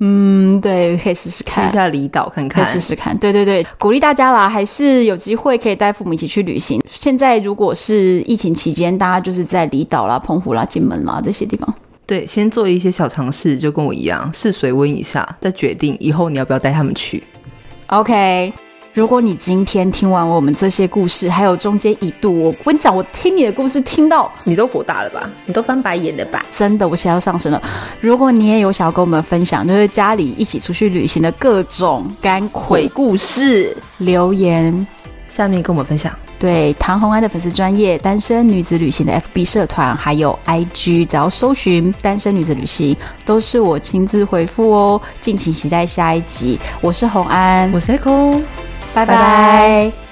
[SPEAKER 1] 嗯，对，可以试试
[SPEAKER 2] 去一
[SPEAKER 1] 看。
[SPEAKER 2] 下离岛看
[SPEAKER 1] 可以
[SPEAKER 2] 看。
[SPEAKER 1] 试试看，对对对，鼓励大家啦，还是有机会可以带父母一起去旅行。现在如果是疫情期间，大家就是在离岛啦、澎湖啦、金门啦这些地方，
[SPEAKER 2] 对，先做一些小尝试，就跟我一样试水温一下，再决定以后你要不要带他们去。
[SPEAKER 1] OK，如果你今天听完我们这些故事，还有中间一度，我跟你讲，我听你的故事听到
[SPEAKER 2] 你都火大了吧？你都翻白眼了吧？
[SPEAKER 1] 真的我血要上升了。如果你也有想要跟我们分享，就是家里一起出去旅行的各种甘苦
[SPEAKER 2] 鬼故事，
[SPEAKER 1] 留言。
[SPEAKER 2] 下面跟我们分享。
[SPEAKER 1] 对唐红安的粉丝专业单身女子旅行的 FB 社团，还有 IG，只要搜寻“单身女子旅行”，都是我亲自回复哦。敬请期待下一集。我是红安，
[SPEAKER 2] 我是 Echo。
[SPEAKER 1] 拜
[SPEAKER 2] 拜
[SPEAKER 1] 拜